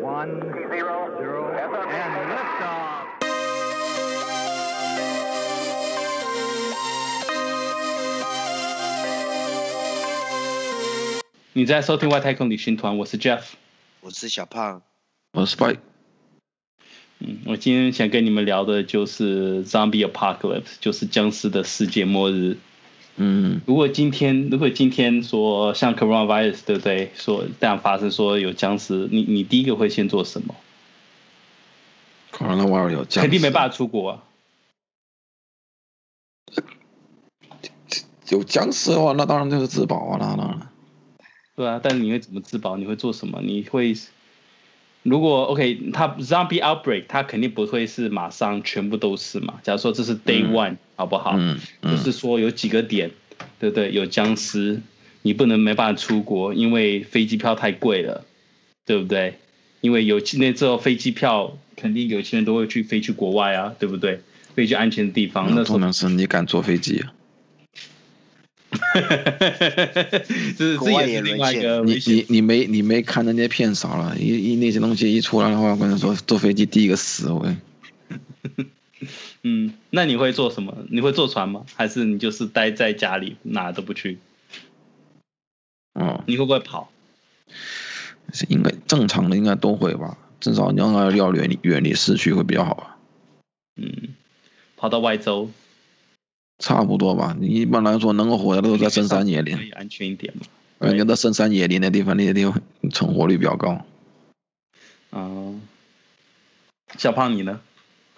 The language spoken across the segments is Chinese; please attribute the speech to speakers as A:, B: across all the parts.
A: One, zero, and liftoff.
B: 你在收听外太空旅行团，我是 Jeff。
C: 我是小胖，
D: 我是 Spike，
B: 嗯，我今天想跟你们聊的就是 Zombie Apocalypse，就是僵尸的世界末日。
D: 嗯，
B: 如果今天，如果今天说像 Coronavirus，对不对？说这样发生，说有僵尸，你你第一个会先做什么？
D: 可能我有僵尸，
B: 肯定没办法出国、啊。
D: 有僵尸的话，那当然就是自保啊，那当然。
B: 对啊，但是你会怎么自保？你会做什么？你会如果 OK，它 zombie outbreak，它肯定不会是马上全部都是嘛。假如说这是 day
D: 嗯
B: one，、好不好？
D: 嗯
B: 就
D: 嗯，
B: 是说有几个点，对不对？有僵尸，你不能没办法出国，因为飞机票太贵了，对不对？因为有那之后飞机票，肯定有些人都会去飞去国外啊，对不对？飞去安全的地方，那
D: 那
B: 时候
D: 通常是你敢坐飞机， 啊
B: 这是
C: 国
B: 这
C: 外
B: 也
C: 也
B: 是另
C: 沦
B: 外一
C: 陷
B: 个
D: 你
B: 危
D: 你
B: 险。
D: 你没你没看那些片少了，一一那些东西一出来的话，我跟你说，坐飞机第一个死我。
B: 嗯，那你会做什么？你会坐船吗？还是你就是待在家里哪都不去？
D: 哦，
B: 你会不会跑？
D: 是应该正常的应该都会吧，至少你要要远离远离市区会比较好啊吧，
B: 嗯，跑到外州，
D: 差不多吧。你一般来说能够活下来都在深山野林
B: 可，以安全一点嘛？
D: 而且在深山野林的地方，那些地方存活率比较高。
B: 哦，小胖你呢？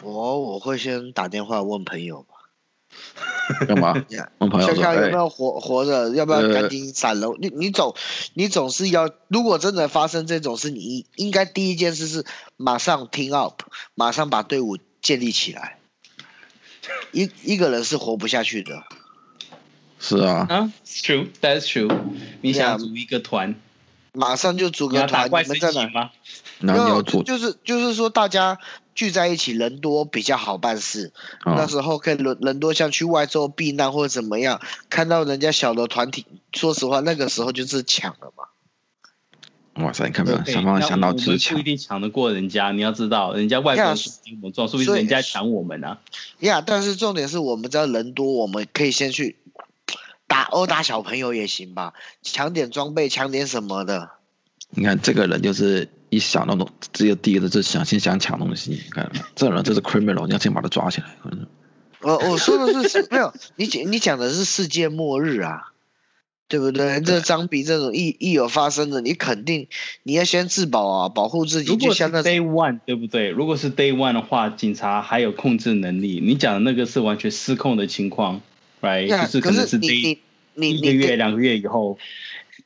C: 我我会先打电话问朋友吧，
D: 干嘛
C: Yeah？
D: 问朋友
C: 看
D: 说，
C: 看有没
D: 哎，
C: 有活活着，要不要
D: 呃
C: 赶紧闪楼？你你总你总是要，如果真的发生这种事，你应该第一件事是马上 team up，马上把队伍建立起来。一一个人是活不下去的，
D: 是啊，
B: 啊，It's true, that's true。你想
C: Yeah
B: 组一个团，
C: 马上就组
B: 你要
C: 个
B: 打
C: 团，
B: 怪
C: 你
B: 升
C: 们在
B: 级
C: 哪？
B: 吗？
D: 然后你
C: 没有
D: 要做
C: 就是就是说大家聚在一起，人多比较好办事。那
B: 嗯
D: 啊，
C: 时候可以人人多像去外州避难或者怎么样，看到人家小的团体，说实话那个时候就是抢了嘛。
D: 哇塞，你看没有，
B: 对
D: 想办
B: 那
D: 啊法想到
B: 我们
D: 之前
B: 不一。定抢得过人家，你要知道，人家外国人是比我们壮，说不定
C: 所以
B: 人家抢我们啊。
C: 呀、但是重点是我们只要人多，我们可以先去打殴打小朋友也行吧，抢点装备，抢点什么的。
D: 你看这个人就是一想到东，只有第一个就是想先想抢东西。你看这种人就是 criminal，你要先把他抓起来。嗯
C: 我我说的是是 没有你讲你讲的是世界末日啊，对不对？这张比这种一一有发生的，你肯定你要先自保啊，保护自己，
B: 如
C: 就
B: 果是
C: 像那种
B: Day One，对不对？如果是 Day One 的话，警察还有控制能力。你讲的那个是完全失控的情况，right？
C: 呀
B: 就是
C: 可
B: 能
C: 是
B: 是
C: 你
B: Day
C: 你你
B: 一
C: 你
B: 个月、
C: 跟
B: 两个月以后，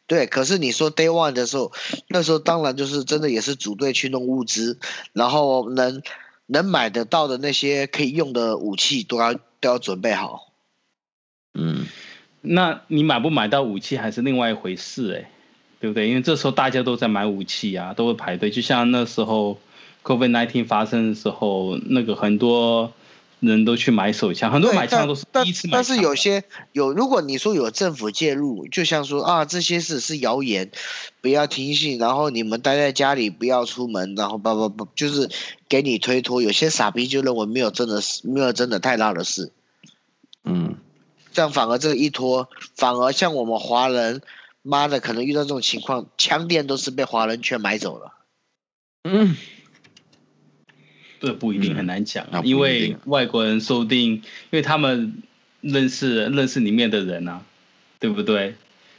C: 对，可是你说 day one 的时候，那时候当然就是真的也是组队去弄物资，然后能能买得到的那些可以用的武器都要都要准备好。
D: 嗯，
B: 那你买不买到武器还是另外一回事、欸，哎，对不对？因为这时候大家都在买武器啊，都会排队。就像那时候 COVID 1 9发生的时候，那个很多人都去买手枪，很多
C: 对，
B: 买枪都是
C: 但
B: 第一次买
C: 但
B: 枪的。
C: 但是有些有，如果你说有政府介入，就像说啊这些事是谣言，不要听信，然后你们待在家里不要出门，然后叭叭叭，就是给你推脱。有些傻逼就认为没有真的事，没有真的太大的事。
D: 嗯，
C: 这样反而这个一拖，反而像我们华人，妈的，可能遇到这种情况，枪店都是被华人圈买走了。
D: 嗯，
B: 这不一定
D: 嗯
B: 很难讲、啊
D: 那，不一定
B: 因为外国人说不定，因为他们认识认识里面的人啊，对不对？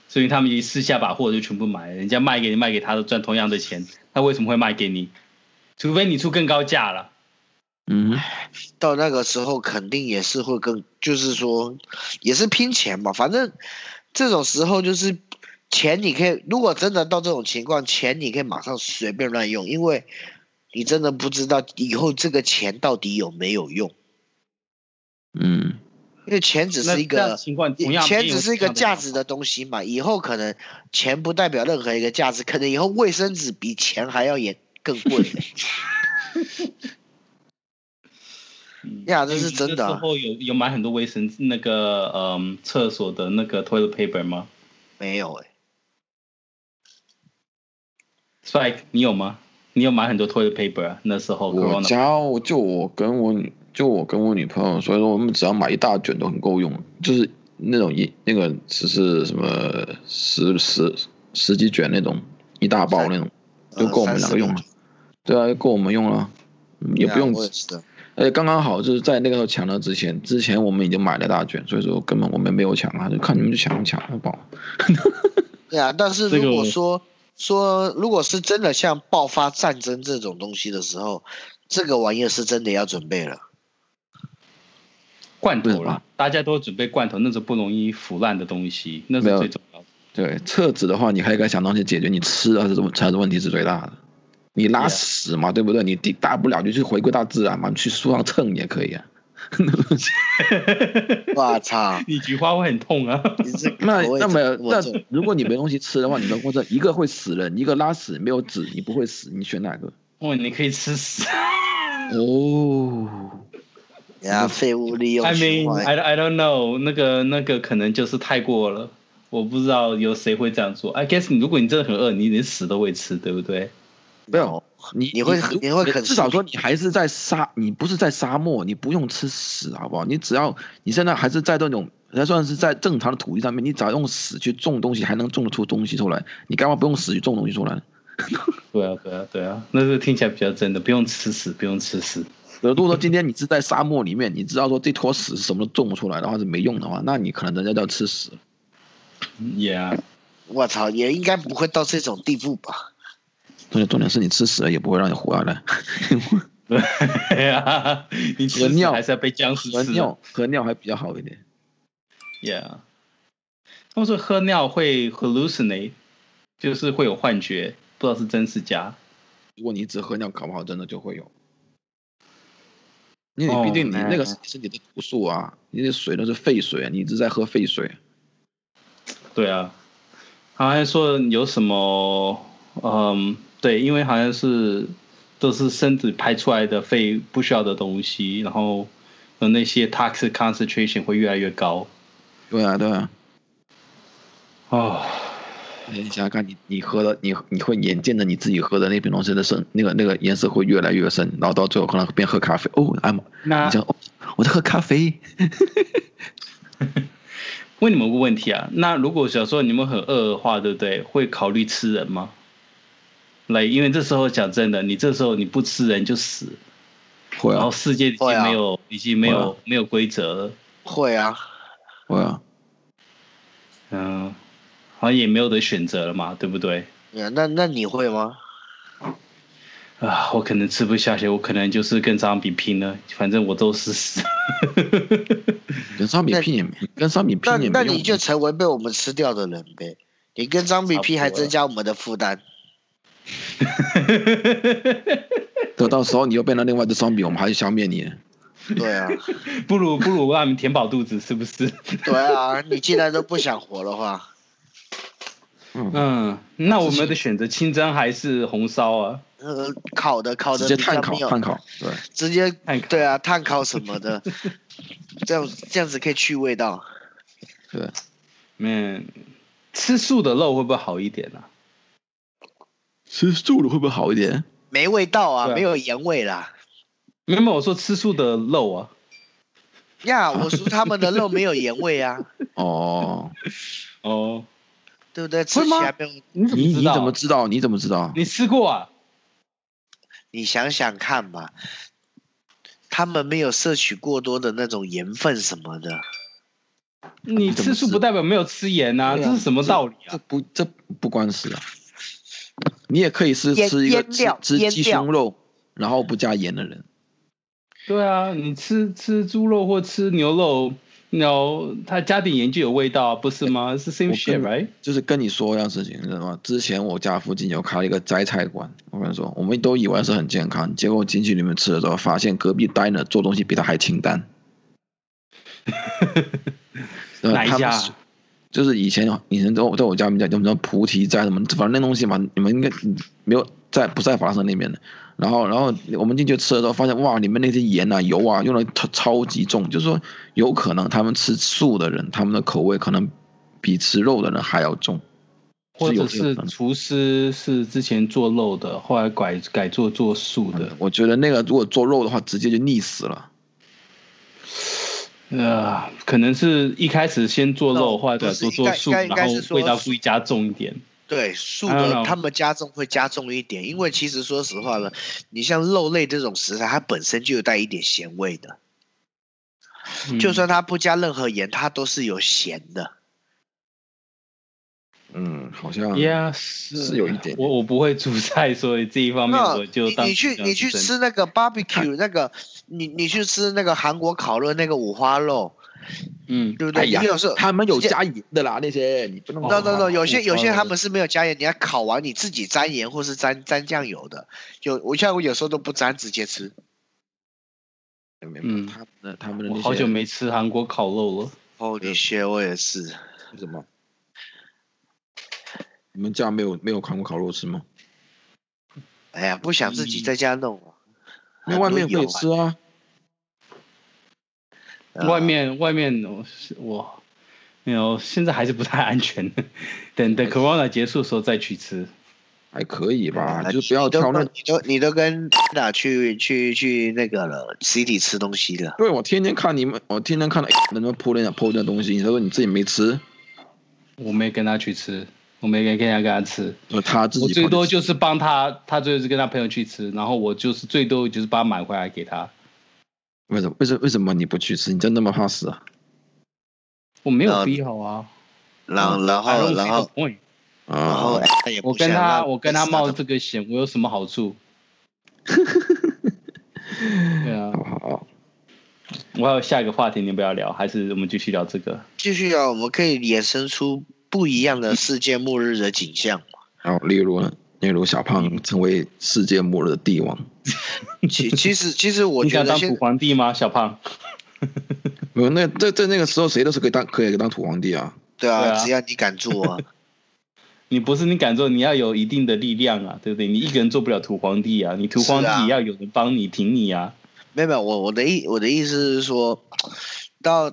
B: 所以他们一私下把货就全部买了，人家卖给你卖给他都赚同样的钱，他为什么会卖给你？除非你出更高价了。
D: 嗯，
C: 到那个时候，肯定也是会跟，就是说，也是拼钱嘛。反正这种时候就是钱，你可以，如果真的到这种情况，钱你可以马上随便乱用，因为你真的不知道以后这个钱到底有没有用，
D: 嗯，
C: 因为钱只
B: 那
C: 是一
B: 这样
C: 个。
B: 情况同样，
C: 钱只是一个价值。的东西嘛，以后可能钱不代表任何一个价值，可能以后卫生纸比钱还要也更贵。
B: 嗯
C: 呀这是真的啊
B: 你那时候有有买很多卫生那个嗯厕所的那个 toilet paper 吗
C: 没有哎、
B: ？Spike，你有吗？你有买很多 toilet paper 啊那时候
D: 我
B: corona
D: 家我就我跟我女就我跟我女朋友，所以说我们只要买一大卷都很够用，就是那种一那个只是什么十十十几卷那种一大包那种，
C: 呃
D: 就够我们两个用了。对啊，够我们用了，嗯也不用，
C: 对啊我也是的
D: 而呃且刚刚好就是在那个时候抢了之前，之前我们已经买了一大卷，所以说根本我们没有抢啊，就看你们去抢不抢，好不好？
C: 对啊，但是
B: 这个
C: 如果
B: 我
C: 说说如果是真的像爆发战争这种东西的时候，这个玩意儿是真的要准备了。
B: 罐
D: 为什
B: 头
D: 么
B: 啦，大家都准备罐头，那是不容易腐烂的东西，那
D: 没
B: 是
D: 有
B: 最重要的。
D: 对，厕纸的话，你还该想东西解决，你吃的是才是问题是最大的。你拉
B: Yeah
D: 屎嘛，对不对？你地大不了就去回归大自然嘛，你去树上蹭也可以啊。
C: 我操！
B: 你菊花会很痛啊！
C: 你这
D: 那
C: 口味
D: 那
C: 怎
D: 没有，
C: 么
D: 那
C: 重
D: 如果你没东西吃的话，你能或者一个会死人，一个拉屎没有纸，你不会死，你选哪个？
B: 哇，你可以吃屎。
D: 哦，
C: 人家废物利用
B: I
C: 循
B: mean,
C: 环
B: I I don't know，那个那个可能就是太过了，我不知道有谁会这样做。I guess 你如果你真的很饿，你连屎都会吃，对不对？
D: 没有，你
C: 你会你会啃
D: 至少
C: 树
D: 说你还是在沙，你不是在沙漠，你不用吃屎，好不好？你只要你现在还是在那种，还算是在正常的土地上面，你只要用屎去种东西，还能种得出东西出来。你干嘛不用屎去种东西出来？
B: 对啊，对啊，对啊，那是听起来比较真的，不用吃屎，不用吃屎。
D: 如果说今天你是在沙漠里面，你知道说这坨屎是什么都种不出来的话是没用的话，那你可能人家就要吃屎。
B: Yeah，
C: 我操，也应该不会到这种地步吧？
D: 重点重点是你吃屎了也不会让你活下来，
B: 对啊，你吃
D: 和
B: 屎
D: 尿
B: 还是要被僵尸
D: 喝
C: 啊
B: 吃。啊
D: 尿喝尿还比较好一点。
B: Yeah，他们说喝尿会 hallucinate，就是会有幻觉，不知道是真是假。
D: 如果你只喝尿，搞不好真的就会有。因为
B: 哦
D: 你毕竟你
B: 哎
D: 那个是身体的毒素啊，你那水都是废水，啊你一直在喝废水。
B: 对啊，好像说有什么，嗯，对，因为好像是都是身体排出来的肺不需要的东西，然后有那些 toxic concentration 会越来越高。
D: 对啊，对啊。
B: 哦，
D: 你想想看，你你喝的，你你会眼见着你自己喝的那瓶东西的深，那个那个颜色会越来越深，然后到最后可能变喝咖啡。哦，I'm，
B: 那
C: 啊
D: 你想哦，我在喝咖啡。
B: 问你们个问题啊，那如果小时候你们很饿的话，对不对？会考虑吃人吗？来，因为这时候讲真的，你这时候你不吃人就死，
D: 会
B: 然
D: 啊
B: 后，世界已
C: 会
B: 经
C: 啊
B: 没有、已经没有、
D: 会啊
B: 没有规则了。
C: 会啊，
D: 会啊。
B: 嗯，好像也没有得选择了嘛，对不对？
C: 对啊那那你会吗？
B: 啊，我可能吃不下去，我可能就是跟张比拼了，反正我都是 死。
D: 跟商品
C: 那
D: 拼也没，跟商品拼
C: 那
D: 也没用。
C: 那你就成为被我们吃掉的人呗。你跟张比
B: 差不
C: 拼还
B: 多了
C: 增加我们的 负担，
D: 到到时候你又变成另外一只商品，我们还去消灭你。
C: 对啊，
B: 不如不如让你们填饱肚子，是不是？
C: 对啊，你既然都不想活的话，
D: 嗯，
B: 嗯，那我们的选择清蒸还是红烧啊？
C: 呃，烤的烤
D: 直
C: 的
D: 接
C: 比较
D: 碳烤
C: 没有，
D: 碳烤，对。
C: 直接
B: 碳烤
C: 对啊，碳烤什么 的，这样这样子可以去味道。
B: 嗯，吃素的肉会不会好一点啊？
D: 吃素的会不会好一点？
C: 没味道啊，
B: 对啊
C: 没有盐味 啦。
B: 没有，没有我说吃素的肉啊。
C: 呀，我说他们的肉没有盐味啊，
D: 哦，
B: 哦，
C: 对不对？吃起
B: 吗
C: 来没有。
B: 你怎么
D: 你
B: 知
D: 你
B: 道？啊
D: 怎么知道？你怎么知道？
B: 你吃过啊？
C: 你想想看吧，他们没有摄取过多的那种盐分什么的。
B: 你
D: 你怎么
B: 吃素
D: 知
B: 不代表没有吃盐啊，
D: 对啊
B: 这是什么道理
D: 这
B: 啊？
D: 不这不关事啊。你也可以是
C: 腌
D: 吃一个
C: 腌料
D: 吃吃
C: 腌
D: 鸡
C: 料
D: 胸肉，然后不加盐的人。
B: 对啊，你吃吃猪肉或吃牛肉，然后它加点盐就有味道啊，不是吗？是 same
D: 哎我
B: shit
D: 跟
B: right？
D: 就是跟你说一样事情，你知道吗？之前我家附近有开一个摘菜馆，我跟你说，我们都以为是很健康，结果进去里面吃了之后，发现隔壁 diner 做东西比他还清 淡。对
B: 哪一
D: 呃他们
B: 家啊
D: 是就是以前以前在我在我家里面讲，叫什么菩提斋什么，反正那东西嘛，你们应该没有在不在法拉盛那边的。然后然后我们进去吃的时候，发现哇，里面那些盐啊油啊用的超超级重，就是说有可能他们吃素的人，他们的口味可能比吃肉的人还要重。
B: 或者
D: 有这个
B: 是
D: 可能
B: 厨师是之前做肉的，后来改改做做素的，
D: 我觉得那个如果做肉的话，直接就腻死了。嗯
B: 呃，可能是一开始先做肉，
C: 肉
B: 后来改
C: 不是
B: 做做
C: 应该
B: 素，
C: 应该应该
B: 然后
C: 是说
B: 味道故意加重一点。
C: 对素
B: I don't know
C: 的，他们加重会加重一点，因为其实说实话呢，你像肉类这种食材，它本身就有带一点咸味的，
B: 嗯
C: 就算它不加任何盐，它都是有咸的。
D: 嗯，好像
B: Yeah，是
D: 是有一点
B: 我我不会煮菜， 所以这一方面
C: 那
B: 我就当
C: 你你去
B: 这样
C: 你去
B: 整
C: 吃那个 barbecue 那个，你你去吃那个韩国烤肉那个五花肉，
B: 嗯，
C: 对不
D: 哎
C: 对？
D: 呀
C: 你有时候，
D: 他们有加盐的啦，那些你不能
B: 哦
C: ，no no no，有些
B: 五花
C: 有些
B: 肉
C: 他们是没有加盐，你要烤完你自己沾盐或是沾沾酱油的。有我像我有时候都不沾，直接吃。
B: 嗯
D: 他们的他们的那
B: 我
D: 些
B: 好久没吃韩国烤肉了。
C: Holy shit，我也是。
D: 什么？你们家没有没有韩国烤肉吃吗？
C: 哎呀，不想自
B: 嗯
C: 己在家弄啊。
D: 因为外面
C: 很多
D: 可以
C: 油
D: 吃啊。
C: 啊
B: 外面外面我是我，没有，现在还是不太安全。等
C: 哎
B: 等 Corona 结束的时候再去吃。
D: 还可以吧，
C: 啊
D: 就是不要
C: 你都
D: 挑那
C: 跟。你都你都跟哪去去去那个了，City 吃东西了。
D: 对我天天看你们，我天天看到你们铺那铺那东西，你说你自己没吃，
B: 我没跟他去吃，我没跟跟他跟他吃。
D: 说他自己
B: 我
D: 跑去
B: 最多
D: 吃
B: 就是帮他，他最多是跟他朋友去吃，然后我就是最多就是把它买回来给他。
D: 为什么为什么为什么你不去吃？你真那么怕死啊？
B: 我没有
C: 那
B: 必要啊。
C: 然后然
B: I
C: 后
B: don't
C: 然
B: see the
C: 后
B: point
C: 然后
D: 啊，
C: 哎也不
B: 我跟
C: 想
B: 他
C: 让
B: 我跟他冒
C: 的
B: 这个险，我有什么好 处？对啊
D: 好，不好？
B: 我还有下一个话题，你不要聊，还是我们继续聊这个？
C: 继续啊，我们可以衍生出不一样的世界末日的景象。
D: 然后例如呢，例如小胖成为世界末日的帝王，
C: 其其实其实我
B: 你
C: 觉
B: 想
C: 得
B: 当
C: 现
B: 古皇帝吗，小胖？
D: 没有那在在那个时候谁都是可以当可以当土皇帝啊。
C: 对
B: 对
C: 啊，
B: 啊
C: 只要你敢做啊，
B: 你不是你敢做，你要有一定的力量啊，对不对？你一个人做不了土皇帝啊，你土皇
C: 是啊
B: 帝也要有人帮你挺你啊。
C: 没有没有，我我的意我的意思是说，到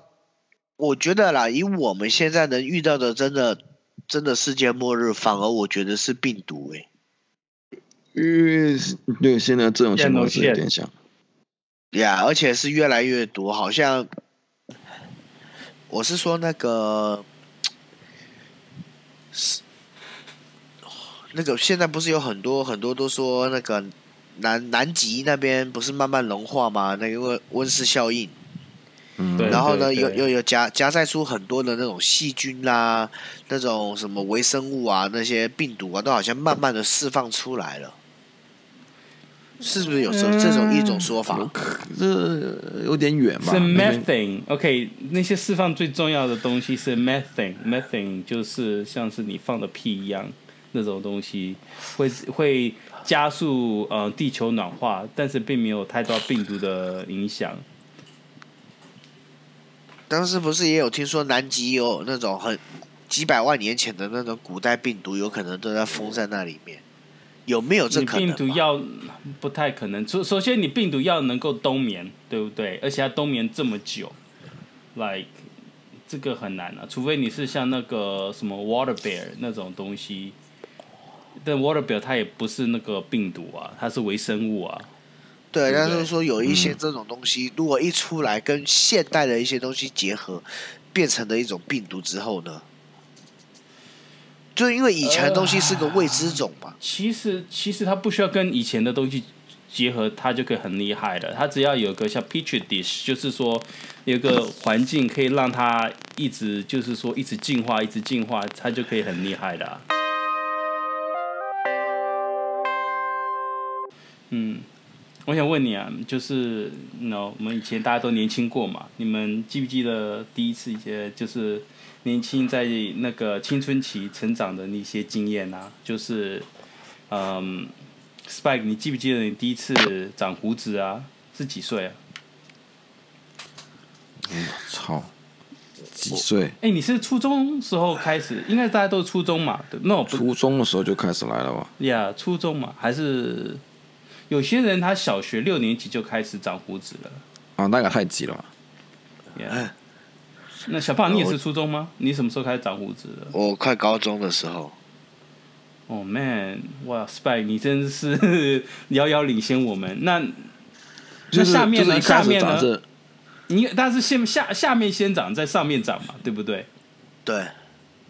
C: 我觉得啦，以我们现在能遇到的，真的真的世界末日，反而我觉得是病毒欸诶、
D: 因为对现在这种情况是
B: 电
D: 有
B: 脑
D: 点像，
C: 呀、而且是越来越多，好像我是说那个是那个现在不是有很多很多都说那个南南极那边不是慢慢融化吗？那个温温室效应，
D: 嗯，
B: 对
C: 然后呢有
B: 对
C: 有有夹夹带出很多的那种细菌啦、那种什么微生物啊、那些病毒啊，都好像慢慢的释放出来了。是不是有时候这种一种说法？
D: 这呃有点远吧？
B: 是
D: 那边
B: methane，OK，、那些释放最重要的东西是 methane，methane 就是像是你放的屁一样那种东西，会会加速呃地球暖化，但是并没有太多病毒的影响。
C: 当时不是也有听说南极有那种很几百万年前的那种古代病毒，有可能都在封在那里面，有没有这
B: 你
C: 可能啊
B: 病
C: 吧？
B: 毒要不太可能，首首先你病毒要能够冬眠，对不对？而且它冬眠这么久，like 这个很难啊，除非你是像那个什么 water bear 那种东西，但 water bear 它也不是那个病毒啊，它是微生物啊。对
C: 对，
B: 不
C: 但
B: 对
C: 是说有一些这种东西，如果一出来跟现代的一些东西结合，变成的一种病毒之后呢，就是因为以前的东西是个未知种嘛，
B: 其实其实它不需要跟以前的东西结合，它就可以很厉害了。它只要有个像 petri dish，就是说有个环境可以让它一直就是说一直进化，一直进化，它就可以很厉害的啊、嗯，我想问你啊，就是那我们以前大家都年轻过嘛，你们记不记得第一次一些就是年轻在那个青春期成长的那些经验啊？就是嗯，Spike，你记不记得你第一次长胡子啊？是几岁啊？
D: 操，几岁？
B: 哎，你是初中时候开始，应该大家都是初中嘛？对，no，不
D: 初中的时候就开始来了吧？
B: 呀初中嘛，还是有些人他小学六年级就开始长胡子了。
D: 啊，那个太急了吧。
B: Yeah 那小胖，你也
C: 我
B: 是初中吗？你什么时候开始长胡子的？
C: 我快高中的时候，
B: 哦、man，哇，Spy，你真是 遥遥领先我们。那
D: 就
B: 那
D: 是
B: 下面呢
D: 就是一开
B: 下
D: 始
B: 面呢
D: 涨是，
B: 你但是先下下面先涨，在上面涨嘛，对不对？
C: 对，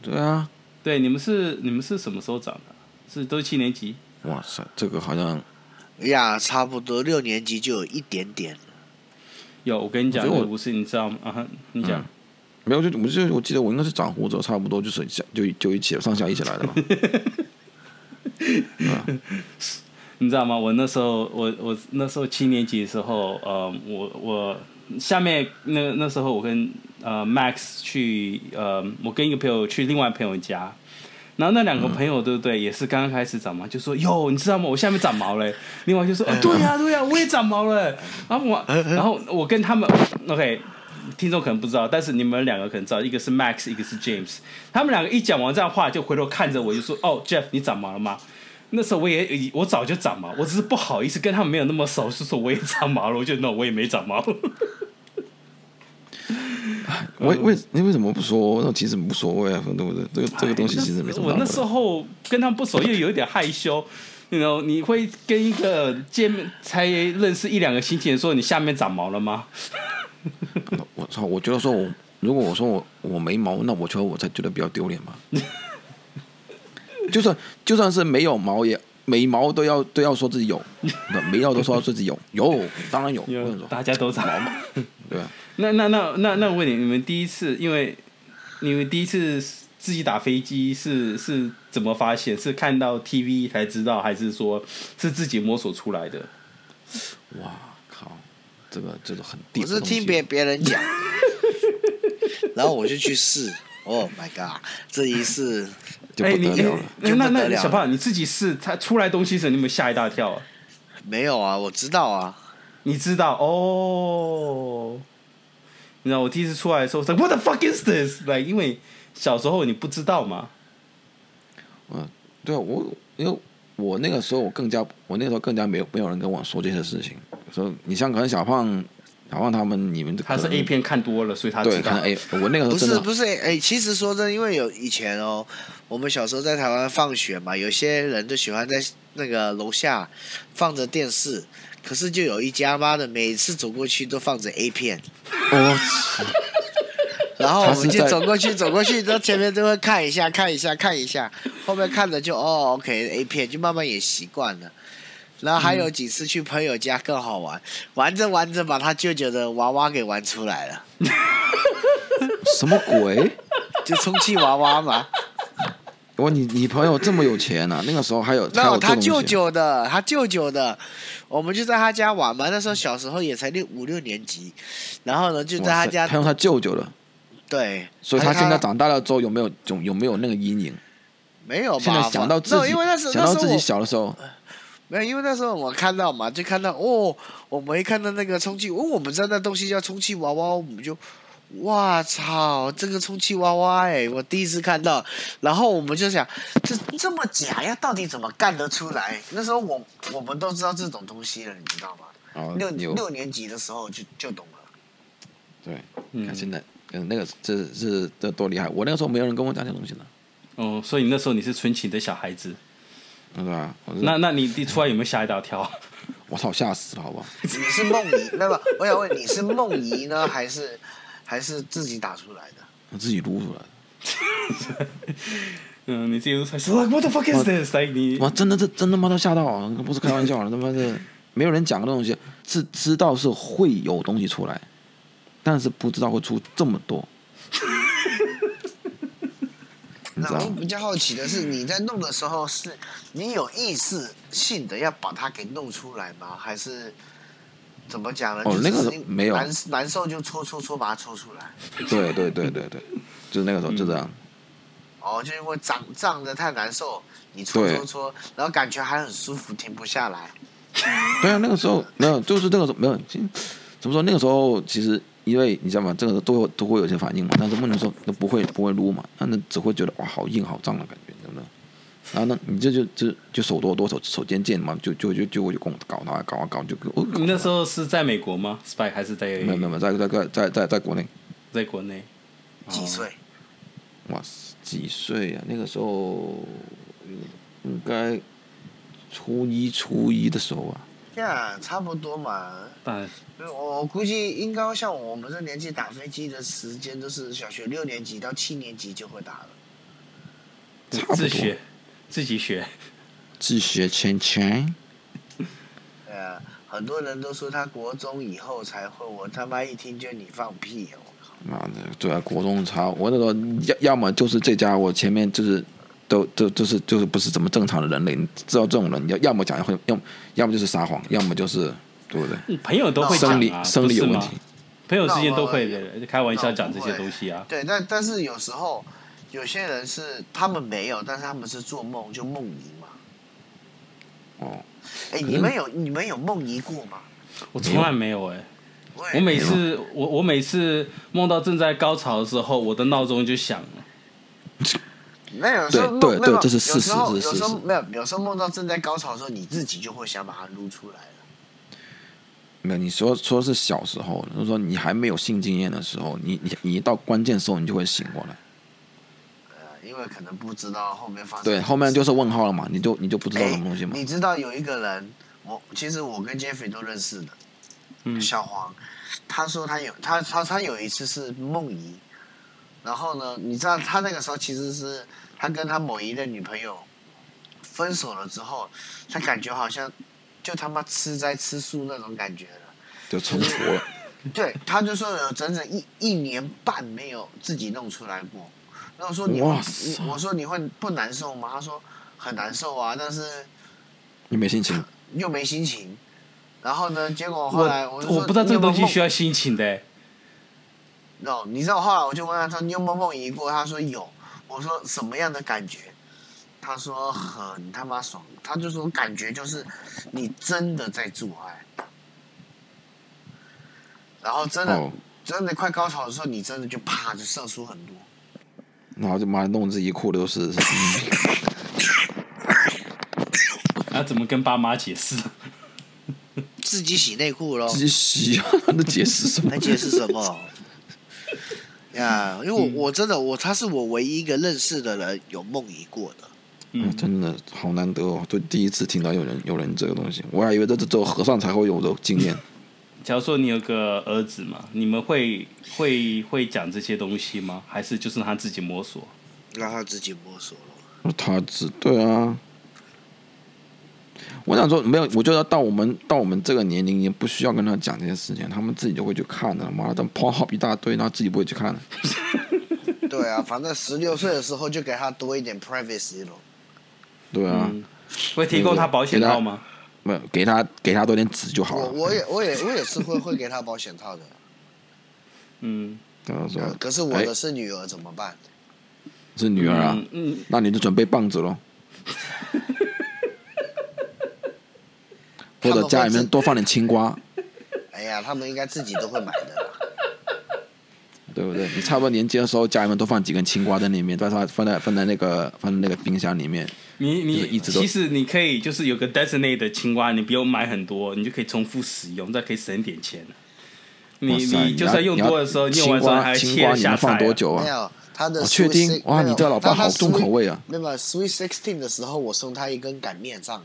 D: 对啊，
B: 对，你们是你们是什么时候涨的？是都是七年级？
D: 哇塞，这个好像
C: 呀，差不多六年级就有一点点。
B: 有，我跟你讲，
D: 我觉得我
B: 不是你知道吗？啊哈，你讲。
D: 没有，就我就我记得我应该是涨湖之后，差不多就是下就就一起上下一起来 的嘛。
B: 你知道吗？我那时候，我我那时候七年级的时候，呃，我我下面那那时候我跟呃 Max 去，呃，我跟一个朋友去另外朋友家，然后那两个朋友对不对，也是刚刚开始长毛，就说哟，你知道吗？我下面长毛了。另外就说，哦对呀、对呀、我也长毛了。然后我，然后我跟他们，OK，听众可能不知道，但是你们两个可能知道，一个是 Max，一个是 James。他们两个一讲完这样话，就回头看着我，就说：“哦，Jeff，你长毛了吗？”那时候我也已我早就长毛，我只是不好意思跟他们没有那么熟，就说我也长毛了。我觉得 no，我也没长毛。
D: 我也我也你为什么不说？那其实无所谓啊，对不对？这个这个东西其实没什么
B: 我
D: 大不
B: 那时
D: 了。
B: 候跟他们不熟，又有一点害羞。你 you know，你会跟一个见面才认识一两个星期的人说你下面长毛了吗？
D: 我操！我觉得说我如果我说我我没毛，那我觉得我才觉得比较丢脸嘛。就算就算是没有毛也没毛都要都要说自己有，没有都说自己有有，当然有。我跟你说，
B: 大家都长毛嘛。
D: 对吧？
B: 那那那那那我问你，你们第一次因为你们第一次自己打飞机是是怎么发现？是看到 TV 才知道，还是说是自己摸索出来的？
D: 哇靠！这个这个很地
C: 我
D: 的
C: 是
D: 东西
C: 听别别人讲， 然后我就去试。Oh my god！这一试，
D: 就
B: 哎
D: 不
B: 你
D: 得
B: 你
D: 了了。
C: 就
B: 那
C: 不得
B: 那
C: 了
B: 小胖你自己是他出来东西时，你有没有吓一大跳啊？
C: 没有啊，我知道啊，
B: 你知道哦？你知道我第一次出来的时候，我说 What the fuck is this？来、因为小时候你不知道嘛。
D: 嗯，对啊我，因为我那个时候我更加，我那个时候更加没有没有人跟我说这些事情。说你像可能小胖、小胖他们，你们
B: 他是
D: 可能
B: A 片看多了，所以他
D: 对，
B: 知
D: 可
B: 道
D: 能。A，我那个时候
C: 不
D: 哦真
C: 是
D: 的
C: 不是，哎、其实说真的，因为有以前哦，我们小时候在台湾放学嘛，有些人就喜欢在那个楼下放着电视，可是就有一家妈的，每次走过去都放着 A 片，
D: 哦，
C: 然后我
D: 他是
C: 们就
D: 在
C: 走过去，走过去，然后前面都会看一下，看一下，看一下，后面看着就哦，OK，A 片就慢慢也习惯了。然后
D: 嗯
C: 还有几次去朋友家更好玩，玩着玩着把他舅舅的娃娃给玩出来了，
D: 什么鬼？
C: 就充气娃娃嘛。
D: 我你你朋友这么有钱呐、那个时候还有还
C: 然后
D: 有这
C: 他
D: 种
C: 舅
D: 东西。
C: 舅的，他舅舅的，我们就在他家玩嘛。那时候小时候也才六五六年级，然后呢就在
D: 哇
C: 他
D: 塞
C: 家
D: 他，用他舅舅了，
C: 对，
D: 所以他
C: 还
D: 现在长大了之后有没有有有没有那个阴影？
C: 没有吧？
D: 现在想到自
C: No，
D: 己
C: 因为那时候
D: 想到
C: 那时
D: 自
C: 候
D: 己
C: 我
D: 小的时候，
C: 没有，因为那时候我看到嘛，就看到哦，我们一看到那个充气，哦，我们知道那东西叫充气娃娃，我们就，哇操，这个充气娃娃哎、我第一次看到，然后我们就想，这这么假呀，到底怎么干得出来？那时候我我们都知道这种东西了，你知道吗？
D: 哦
C: 六
D: 有
C: 六年级的时候就就懂了。
D: 对，
B: 嗯
D: 看现在嗯那个这是这多厉害！我那个时候没有人跟我讲这种东西呢，
B: 哦，所以那时候你是纯情的小孩子。
D: 对吧？我是
B: 那那你你出来有没有吓一大跳？
D: 我操，吓死了，好不好？
C: 你是梦遗，那么 我想问你是梦遗呢，还是还是自己打出来的？
D: 我自己撸出来的。
B: 嗯，你自己都才说 What the fuck is this？来你
D: 哇，真的这真他妈的吓到啊！不是开玩笑的，他妈的没有人讲过这东西，是知道是会有东西出来，但是不知道会出这么多。你知
C: 那
D: 道
C: 我
D: 吗？
C: 比较好奇的是，你在弄的时候是你有意识性的要把它给弄出来吗？还是怎么讲呢？
D: 哦
C: 就
D: 那个
C: 只是
D: 没有
C: 难难受就搓搓搓把它搓出来。
D: 对对对对对，就是那个时候就这样。
C: 哦，就因为胀胀的太难受，你搓
D: 对
C: 搓搓，然后感觉还很舒服，停不下来。
D: 对啊，那个时候没有，就是那个时候没有。其实怎么说？那个时候其实因为你知道吗？这个时候都会都会有些反应嘛，但是问题说都不会不会撸嘛，那你只会觉得哇好硬好胀的感觉，对不对？然后呢，你这就就就手多多手手尖贱嘛，就就就就我就拱搞他搞啊搞就哦，
B: 你那时候是在美国吗？Spy 还是在
D: 没有没有没有在在在在在在国内，
B: 在国内？
D: 哦
C: 几岁？
D: 哇几岁啊？那个时候应该初一初一的时候啊，
C: 呀，差不多嘛。
B: 但
C: 我我估计应该像我们这年纪打飞机的时间，都是小学六年级到七年级就会打了。
D: 差不多
B: 自学，自己学，
D: 自学前前，
C: 对啊，很多人都说他国中以后才会，我他妈一听就你放屁哦！我靠，
D: 妈的，对啊，国中差，我那时候要要么就是这家，我前面就是都都就是就是不是怎么正常的人类，你知道这种人，要要么讲会，要么要么就是撒谎，要么就是对不对？
B: 朋友都会讲
D: 生理
B: 啊，
D: 生理有
B: 不是
D: 问
B: 吗
D: 题，
B: 朋友之间都会
C: 那
B: 的，开玩笑讲这些东西啊。
C: 对，但但是有时候有些人是他们没有，但是他们是做梦就梦遗嘛。
D: 哦，
C: 哎，
D: 是
C: 你们有你们有梦遗过吗？
B: 我从来没有哎、
C: 我
B: 我
C: 也
B: 每次我我每次梦到正在高潮的时候，我的闹钟就响了。
C: 没有，有时候梦
D: 对
C: 没有
D: 对对这是事实
C: 有时候
D: 这是
C: 有
D: 事实
C: 时候没有，有时候梦到正在高潮的时候，你自己就会想把它撸出来了。
D: 没有，你说说是小时候，就是说你还没有性经验的时候，你你你一到关键时候，你就会醒过来。
C: 呃，因为可能不知道后面发生
D: 对，后面就是问号了嘛，你就你就不知道
C: 哎
D: 什么东西嘛。
C: 你知道有一个人，我其实我跟 Jeffrey 都认识的，
B: 嗯，
C: 小黄，他说他有他他他有一次是梦遗，然后呢，你知道他那个时候其实是他跟他某一任女朋友分手了之后，他感觉好像就他妈吃斋吃素那种感觉了。
D: 就成佛了。
C: 对，他就说有整整一一年半没有自己弄出来过。然后说你会
D: 哇塞
C: 你我说你会不难受吗？他说很难受啊，但是
D: 你没心情，
C: 又没心情。然后呢，结果
B: 我
C: 后来我就说
B: 我不知道这个东西需
C: 要。
B: 要心情的、欸。
C: no，你知道后来我就问他说你有没有梦遗过？他说有。我说什么样的感觉？他说很他妈爽。他就说感觉就是你真的在做爱，然后真的、
D: 哦
C: 真的快高潮的时候，你真的就啪就射出很多。
D: 然后就妈弄自己裤子都是神经病。
B: 然后怎么跟爸妈解释？
C: 自己洗内裤喽
D: 自己洗啊， 那解释什么
C: 那？解释什 么？呀，因为我我真的我他是我唯一一个认识的人有梦遗过的。
D: 哎
B: 嗯，
D: 真的好难得哦，就第一次听到有人有人这个东西，我还以为这只有和尚才会有的 经验。
B: 假如说你有个儿子嘛，你们会会会讲这些东西吗？还是就是他自己摸索？
C: 让他自己摸索了。
D: 他只对啊。我想说，没有，我觉得到我们到我们这个年龄，也不需要跟他讲这些事情，他们自己就会去看的。妈的，但 p o h 一大堆，然后自己不会去看的。
C: 对啊，反正十六岁的时候就给他多一点 privacy 咯。
D: 对啊，
B: 嗯，会提供他保险套吗？
D: 没有给他给他多点纸就好
C: 我
D: 了。
C: 我也我也我也是会会给他保险套的，
B: 嗯，
D: 跟他说
C: 呃，可是我的
D: 哎
C: 是女儿怎么办？
D: 是女儿啊，
B: 嗯嗯，
D: 那你就准备棒子 喽，
C: 他
D: 或者
C: 们会
D: 家里面
C: 自
D: 多放点青瓜，
C: 哎呀，他们应该自己都会买的 啦。
D: 对不对？你差不多年纪的时候，家里面多放几根青瓜在里面，把它放在放在那个放在那个冰箱里面。
B: 你你
D: 就是一直都
B: 其实你可以就是有个 designate 的青蛙，你不用买很多，你就可以重复使用，再可以省点钱。你
D: 哇塞
B: 你就
D: 要
B: 算用
D: 你要
B: 多的时候，用
D: 青
B: 完之后
D: 瓜
B: 还要
D: 青
B: 切
D: 瓜
B: 了
D: 你
B: 下
D: 能
B: 菜、
D: 放
B: 啊。
D: 多久啊
C: 没？有，他的
D: 我确定
C: Sweet Six-
D: 哇
C: 没有
D: 你的老爸
C: 但他
D: 好重
C: Sweet-
D: 口味啊
C: 没有 Sweet Sixteen 的时候，我送他一根擀面杖，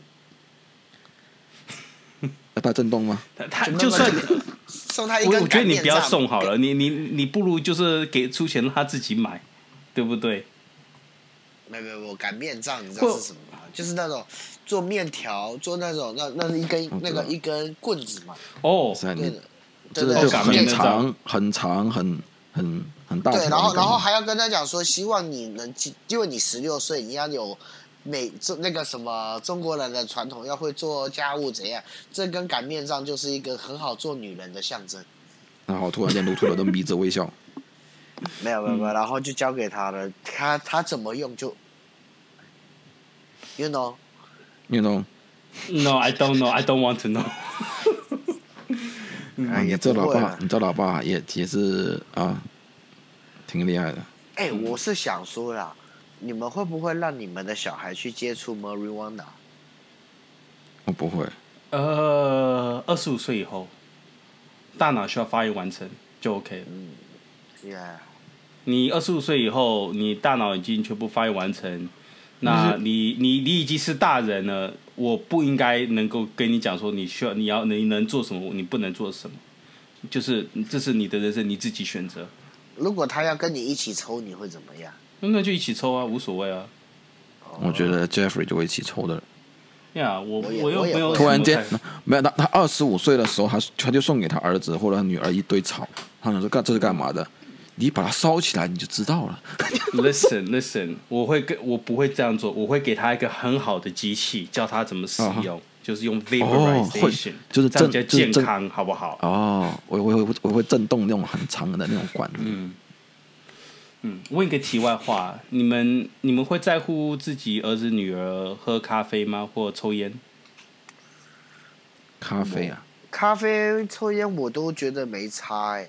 D: 要带震动吗？
B: 他他
C: 就慢
B: 就
C: 慢
B: 算你，
C: 送他一
B: 我
C: 根擀
B: 我觉得
C: 面杖。
B: 你不要送好了，你你你不如就是给出钱让他自己买，对不对？
C: 没有没有，我擀面杖你知道是什么吗？就是那种做面条，做那种那那是一根
D: 我知
C: 那
D: 道
C: 个一根棍子嘛，
B: 哦，
D: 是啊，
C: 对
D: 哦啊你
C: 的，对
D: 真
C: 对
D: 的就
B: 哦擀面
D: 很
B: 杖
D: 长很长很很很大条
C: 对，
D: 的
C: 然后
D: 感
C: 然后
D: 觉。
C: 还要跟他讲说，希望你能记，因为你十六岁，你要有美这那个什么中国人的传统，要会做家务怎样？这根擀面杖就是一个很好做女人的象征。
D: 然后突然间露出了都迷着微笑。
C: 没有没有没有，然后就交给他了，他他怎么用就，you know，
D: 运动，
B: No, I don't know. I don't want to know. 嗯
C: 哎
D: 你
C: 也
D: 这
C: 不
D: 老
C: 会
D: 爸
C: 了，。
D: 你这老爸也也是啊，挺厉害的。
C: 哎、我是想说啦，你们会不会让你们的小孩去接触 marijuana？
D: 我不会，
B: 呃，二十五岁以后，大脑需要发育完成就 OK 了。
C: y
B: 你二十五岁以后，你大脑已经全部发育完成，那你你你已经是大人了，我不应该能够跟你讲说你需要你要你能做什么，你不能做什么，就是这是你的人生，你自己选择。
C: 如果他要跟你一起抽，你会怎么样？
B: 那就一起抽啊，无所谓啊。
C: 哦
D: 我觉得 Jeffrey 就会一起抽的。
B: 呀、我
C: 我也
B: 又
C: 我也
B: 没有
C: 会
D: 突然间
B: 什么太，
D: 没有他，他二十五岁的时候，他他就送给他儿子或者他女儿一堆草，他想说干这是干嘛的？你把它烧起来你就知道了。
B: listen listen，我会跟我不会这样做，我会给他一个很好的机器，教他怎么使用，就是用 vaporization，、
D: 哦就是
B: 这样比较
D: 正就是
B: 健
D: 正
B: 康，好不好？
D: 哦，我我会我会震动那种很长的那种管子。
B: 嗯，问一个题外话，你们你们会在乎自己儿子女儿喝咖啡吗，或抽烟？
D: 咖啡啊，
C: 咖啡、抽烟我都觉得没差哎、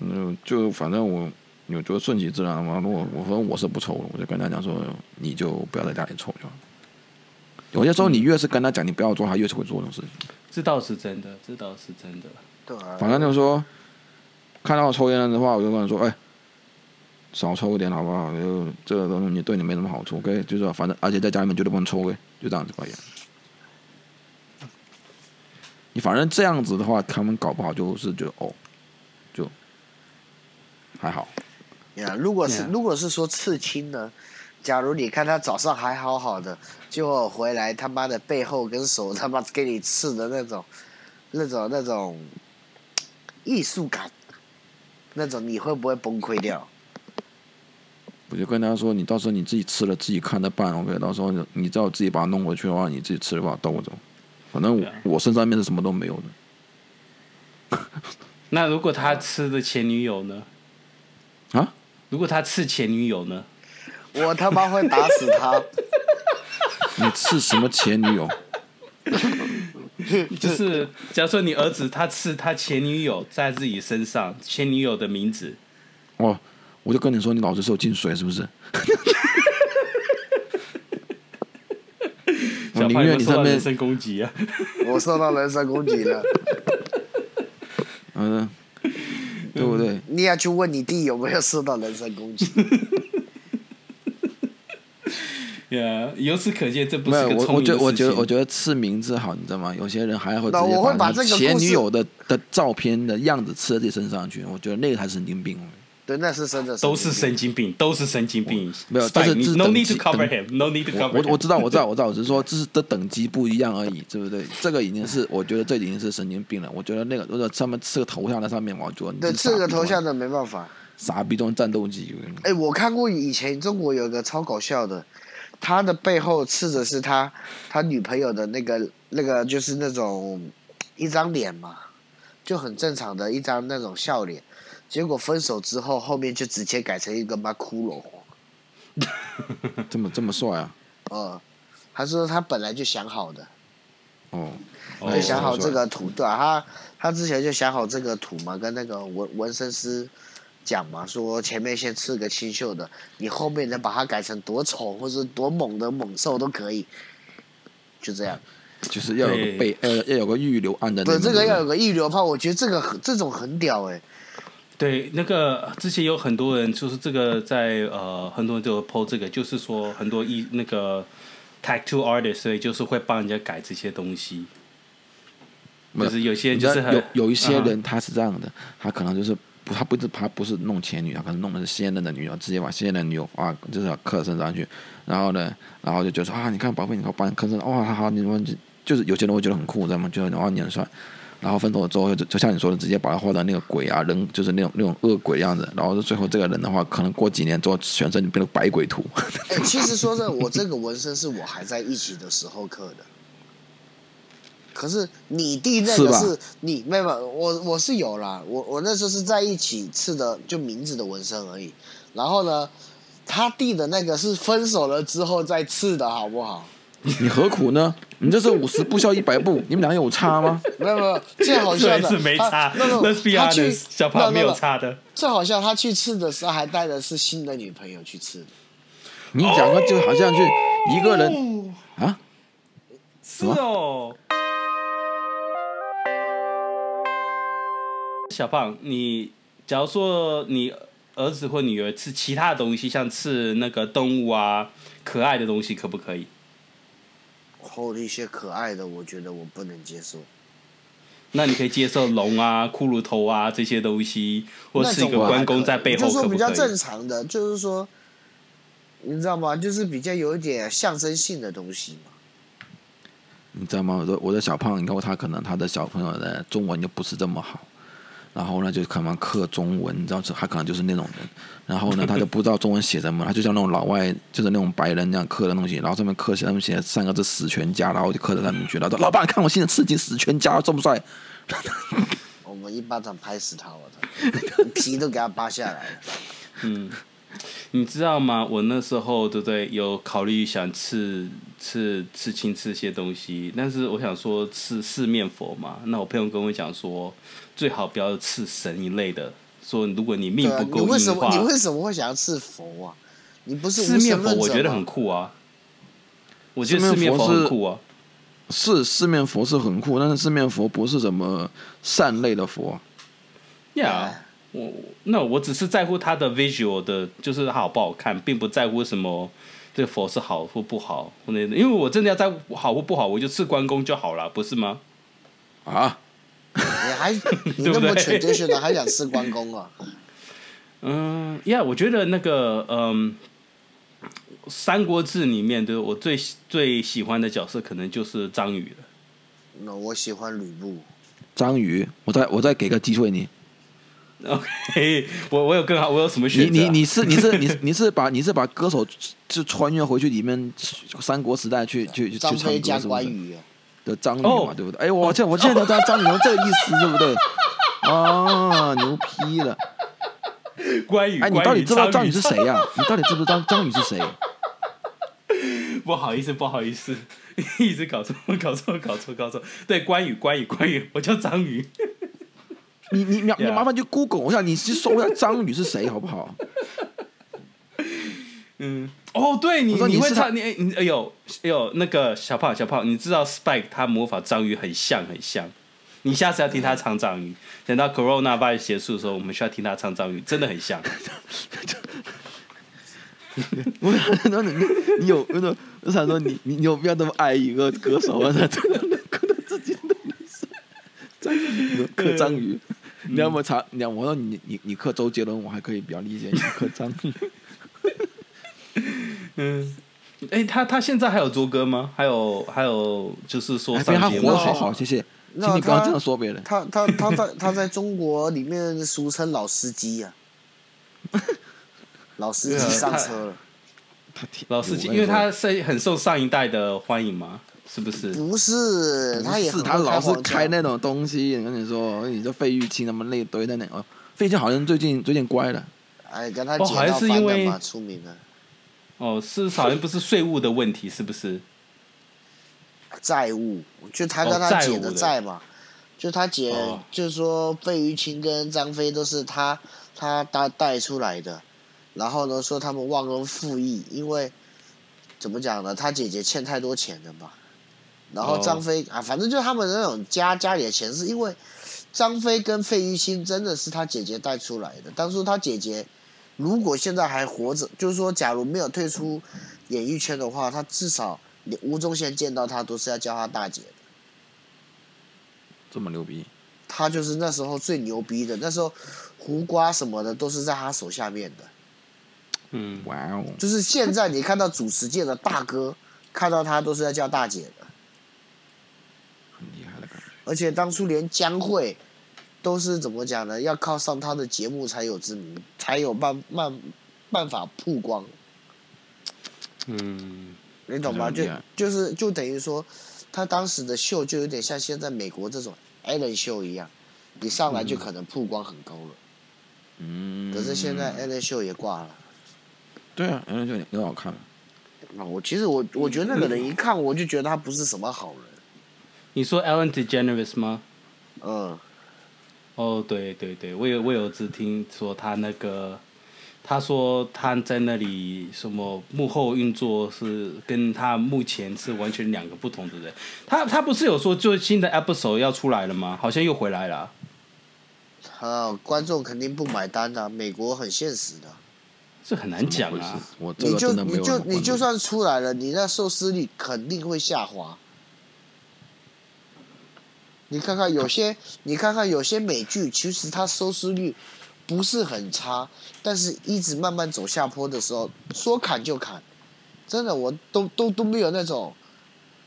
D: 嗯，就反正我我觉得顺其自然嘛。如果我说我是不抽了，我就跟他讲说，你就不要在家里抽就好了。有些时候你越是跟他讲你不要做，他越是会做这种事情。
B: 这倒是真的，这倒是真的。
C: 对啊，
D: 反正就是说，看到我抽烟的话，我就跟他说，哎，少抽一点好不好？就这个东西对你没什么好处，OK？就是反正而且在家里面绝对不能抽，OK？就这样子可以了。你反正这样子的话，他们搞不好就是觉得哦，就还好。
C: 呀，如果是
B: Yeah
C: 如果是说刺青呢，假如你看他早上还好好的，结果回来他妈的背后跟手他妈给你刺的那种，那种那种艺术感，那种你会不会崩溃掉？
D: 我就跟他说，你到时候你自己吃了自己看着办，OK？到时候你你只要自己把它弄回去的话，你自己吃的话兜着。反正我
B: 对啊
D: 我身上面是什么都没有的，
B: 那如果他吃的前女友呢？
D: 啊？
B: 如果他吃前女友呢？
C: 我他妈会打死他！
D: 你吃什么前女友？
B: 就是假如说你儿子他吃他前女友在自己身上，前女友的名字，
D: 哦，我就跟你说，你脑子是有进水是不是？
B: 小
D: 我哦宁
B: 胖有没
D: 愿
B: 有
D: 你
B: 受
D: 上
B: 到人
D: 面，
B: 身攻击啊？
C: 我受到人身攻击了，
D: 嗯、对不对？
C: 你要去问你弟有没有受到人身攻击。
B: 呀，由此可见，这 不
D: 没
B: 是
D: 有，
B: 个
D: 我
B: 聪
D: 我
B: 明
D: 觉
B: 的
D: 得我
B: 事
D: 觉得我
B: 情。
D: 觉得刺名字好，你知道吗？有些人还会直
C: 那我会
D: 接
C: 把
D: 他
C: 这个
D: 前
C: 故
D: 女
C: 事
D: 友的的照片的样子刺到自己身上去，我觉得那个才是神经病。
C: 对，那是真的，
B: 都是神经病，都是神经病。
D: 没有
B: Spike，
D: 这是
B: 你
D: 这是
B: no
D: 等
B: need
D: 级
B: to cover
D: 等
B: him, no need to
D: 我
B: cover
D: 我
B: him。
D: 我知道我知道我知道，只是说这是的等级不一样而已，对不对？这个已经是我觉得这已经是神经病了。我觉得那个如果上面刺个头像在上面，我觉得你
C: 对，
D: 是
C: 刺
D: 傻
C: 个
D: 逼
C: 头
D: 中
C: 像的没办法。
D: 傻逼中战斗机。我跟你
C: 哎，我看过以前中国有个超搞笑的，他的背后刺的是他他女朋友的那个那个就是那种一张脸嘛，就很正常的一张那种笑脸，结果分手之后后面就直接改成一个妈骷髅，
D: 讲这么这么帅啊？
C: 呃，他说他本来就想好的，
D: 哦，
B: 哦
C: 就想好
D: 帅
C: 这个图，对啊，他他之前就想好这个图嘛，跟那个纹纹身师讲嘛，说前面先刺个清秀的，你后面能把它改成多丑或者多猛的猛兽都可以，就这样。
D: 就是要有个备，要要有个预留案在那
C: 对，
D: 边。
C: 这个要有
D: 不
C: 个预留炮，我觉得这个很这种很屌哎、
B: 对，那个之前有很多人就是这个在呃，很多人都有 PO 这个，就是说很多艺那个 tattoo artist，所以就是会帮人家改这些东西。
D: 没有
B: 就是有些人
D: 你知道
B: 就是很
D: 有有一些
C: 啊
B: 嗯
D: 人他是这样的，他可能就是不他不是他不是弄前女友，他可能弄的是现任的女友，直接把现任的女友啊就是要刻身上去，然后呢，然后就觉得说啊，你看宝贝，你给我帮你刻身上，哇，好好，你们就就是有些人会觉得很酷，知道吗？觉得哇你很帅。然后分手之后，就就像你说的，直接把他画成那个鬼啊，人就是那种那种恶鬼的样子。然后最后这个人的话，可能过几年之后，全身就变成百鬼图。
C: 哎、其实说真的，我这个纹身是我还在一起的时候刻的。可是你弟那
D: 是
C: 个
D: 吧
C: 是你没有没有，我我是有啦，我我那时候是在一起刺的，就名字的纹身而已。然后呢，他弟的那个是分手了之后再刺的，好不好？
D: 你何苦呢？你这是五十步笑一百步，你们两个有差吗？
C: 没有没有，最好笑
B: 对，
C: 的
B: 是没差。
C: 他那
B: Let's
C: 种
B: be
C: 他去
B: honest，小
C: 那
B: 胖没有
C: 那
B: 差的。
C: 最好笑，他去刺的时候还带的是新的女朋友去刺的。
D: 你讲的就好像是一个人
B: 哦
D: 啊，
B: 是哦。小胖，你假如说你儿子或女儿吃其他的东西，像吃那个动物啊、可爱的东西，可不可以？
C: 后一些可爱的，我觉得我不能接受。
B: 那你可以接受龙啊、骷髅头啊这些东西，或是一个
C: 那种我还
B: 关公在背后，
C: 就说
B: 可不
C: 比较
B: 可
C: 正
B: 以？
C: 常的，就是说，你知道吗？就是比较有一点象征性的东西嘛。
D: 你知道吗？我的我的小胖，你看过他可能他的小朋友的中文就不是这么好，然后呢就可能刻中文，你知道他可能就是那种人，然后呢他就不知道中文写什么，他就像那种老外，就是那种白人那样刻的东西，然后上面刻上面写三个字“死全家”，然后就刻在上面去，然后说老板看我新的刺激死全家，帅不帅？
C: 我们一巴掌拍死他，我操，皮都给他扒下 来了。
B: 你知道吗？我那时候对不对有考虑想吃吃吃青吃些东西，但是我想说吃四面佛嘛。那我朋友跟我讲说，最好不要吃神一类的。说如果你命
C: 对啊，
B: 不
C: 你
B: 够
C: 为
B: 硬
C: 什
B: 的
C: 么
B: 话，
C: 你为什么会想要吃佛啊？你不是
B: 四
C: 无神
B: 面佛
C: 论
B: 我
C: 者
B: 觉得
C: 吗
B: 很酷啊。我觉得
D: 四
B: 四
D: 面
B: 面佛
D: 佛
B: 很
D: 是
B: 酷啊。
D: 是四面佛是很酷，但是四面佛不是什么善类的佛，
B: Yeah，我那、我只是在乎它的 visual 的，就是它好不好看，并不在乎什么这个佛是好或不好或那，因为我真的要在乎好或不好，我就吃关公就好了，不是吗？
D: 啊，
C: 你还你
B: 对不
C: 那么
B: 对
C: traditional 还想吃关公啊？
B: 嗯，Yeah，我觉得那个嗯，《三国志》里面的我最最喜欢的角色可能就是张宇了。
C: 那我喜欢吕布。
D: 章鱼，我再我再给个机会你，
B: OK，我我有更好，我有什么
D: 你
B: 选择
D: 你
B: 啊？
D: 你是你是你是你 是把你是把歌手就穿越回去里面三国时代去去去
C: 张
D: 唱歌
C: 飞加
D: 是不
C: 关
D: 是？
C: 羽啊，
D: 的张宇
B: 哦
D: 嘛，对不对？哎，我这我现在知道张宇有这个意思，对 不对？啊，牛批了！
B: 关羽，
D: 哎，你
B: 关
D: 到底
B: 羽
D: 知不知道
B: 张
D: 张宇是谁啊呀、你到底知不知道张宇是谁？
B: 不好意思，不好意思， 一直搞错， 搞错，搞错，搞错。对，关羽，关羽，关羽， 我叫张宇。
D: 你你你
B: Yeah
D: 你麻烦去 Google 一下，你去搜一下张宇是谁，好不好？
B: 嗯，哦，对你，
D: 我说
B: 你
D: 你
B: 会
D: 是他
B: 唱，你哎你哎呦哎呦，那个小胖小胖，你知道 Spike 他模仿章鱼很像很像，你下次要听他唱章鱼。等到 Corona virus 结束的时候，我们需要听他唱章鱼，真的很像。
D: 我想说你你你有我说我想说你你你有必要这么爱一个歌手啊吗？他真的哭到自己都没事。张宇刻章鱼，你要么查你要我说你你你刻周杰伦，我还可以比较理解你刻章鱼。
B: 嗯， 哎，他他现在还有做歌吗？还有还有，就是说
D: 哎，别
B: 上
D: 他
B: 节
D: 活
B: 目
D: 得好好，谢谢，
C: 那
D: 请你不要
C: 他
D: 这样说别人。
C: 他他他在他在中国里面俗称老司机呀、老司机
B: 对啊
C: 上
B: 他
C: 车了。
D: 他挺
B: 老司机，
D: 我
B: 因
D: 跟你
B: 为
D: 说
B: 他是很受上一代的欢迎嘛，是不是？
D: 嗯
C: 不是，
D: 不
C: 他也
D: 是
C: 很
D: 他
C: 会
D: 老是
C: 黄腔
D: 开那种东西，我跟你说，哎你这费玉清他们那一堆在那哦，费玉清好像最近最近乖了，
C: 哎，跟他
B: 哦
C: 捡
B: 好像
C: 到
B: 是
C: 翻
B: 因
C: 了
B: 为
C: 嘛，出名的
B: 哦，是好像不是税务的问题，是不是？
C: 债务，就他
B: 哦
C: 跟他
B: 债
C: 姐
B: 务
C: 的
B: 的
C: 债嘛，就他姐
B: 哦
C: 就是说费玉清跟张飞都是他他带带出来的，然后呢说他们忘恩负义，因为怎么讲呢，他姐姐欠太多钱了嘛，然后
B: 哦
C: 张飞、啊，反正就他们那种家家里的钱，是因为张飞跟费玉清真的是他姐姐带出来的，当初他姐姐。如果现在还活着，就是说，假如没有退出演艺圈的话，他至少你吴宗宪见到他都是要叫他大姐的。
D: 这么牛逼，
C: 他就是那时候最牛逼的，那时候胡瓜什么的都是在他手下面的。
B: 嗯，
D: 哇哦！
C: 就是现在你看到主持界的大哥，看到他都是在叫大姐的。
D: 很厉害的感觉。
C: 而且当初连江蕙都是怎么讲呢？要靠上他的节目才有知名，才有办办办法曝光。
B: 嗯，
C: 你懂吗？
D: 了
C: 就
D: 解
C: 就是啊就等于说，他当时的秀就有点像现在美国这种 Allen 秀一样，你上来就可能曝光很高了。
D: 嗯，
C: 可是现在 Allen 秀也挂了。
D: 对啊，嗯，就很好看。
C: 啊，我其实我我觉得那个人一看我就觉得他不是什么好人。
B: 你说 Ellen DeGeneres 吗？
C: 嗯，
B: 哦，对对对，我有我有只听说他那个，他说他在那里什么幕后运作是跟他目前是完全两个不同的人。他他不是有说就新的 episode 要出来了吗？好像又回来了啊。
C: 啊，观众肯定不买单的、美国很现实的，
B: 这很难讲啊。
D: 我这
C: 你
D: 个
C: 就
D: 真的没
C: 你
D: 有
C: 就
D: 办法
C: 你就
D: 关注
C: 算出来了，你那收视率肯定会下滑。你看看有 些，你看看有些美剧，其实它收视率不是很差，但是一直慢慢走下坡的时候，说砍就砍，真的我都都都没有那种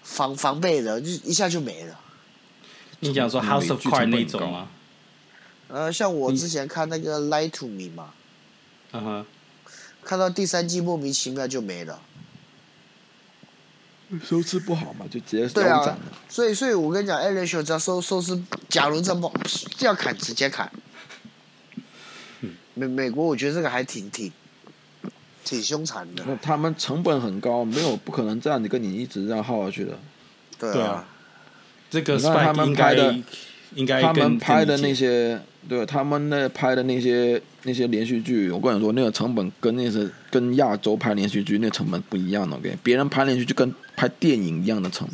C: 防防备的，就一下就没了。
B: 你讲说
D: 美
B: House of
D: 剧
B: Card
D: 成本
B: 那
D: 很
B: 种啊
D: 高
B: 吗？
C: 呃，像我
B: 你
C: 之前看那个《Lie to Me》嘛，
B: 嗯哼，
C: 看到第三季莫名其妙就没了。
D: 收视不好嘛，就直接腰
C: 对啊
D: 斩了。
C: 所以，所以我跟你讲 a l e n 只要收收视，假如这么要砍直接砍。美美国，我觉得这个还挺挺挺凶残的，
D: 那他们成本很高，没有不可能这样子跟你一直这样耗下去的。
C: 对
B: 对
C: 啊
B: 啊，这个
D: 你看他
B: Spike
D: 们
B: 应
D: 拍
B: 该
D: 的
B: 应该
D: 他
B: 跟
D: 们拍
B: 跟
D: 的
B: 你
D: 那
B: 姐
D: 些，对他们那拍的那些那些连续剧，我跟你说，那个成本跟那些跟亚洲拍连续剧那成本不一样的。我跟你别人拍连续剧跟拍电影一样的成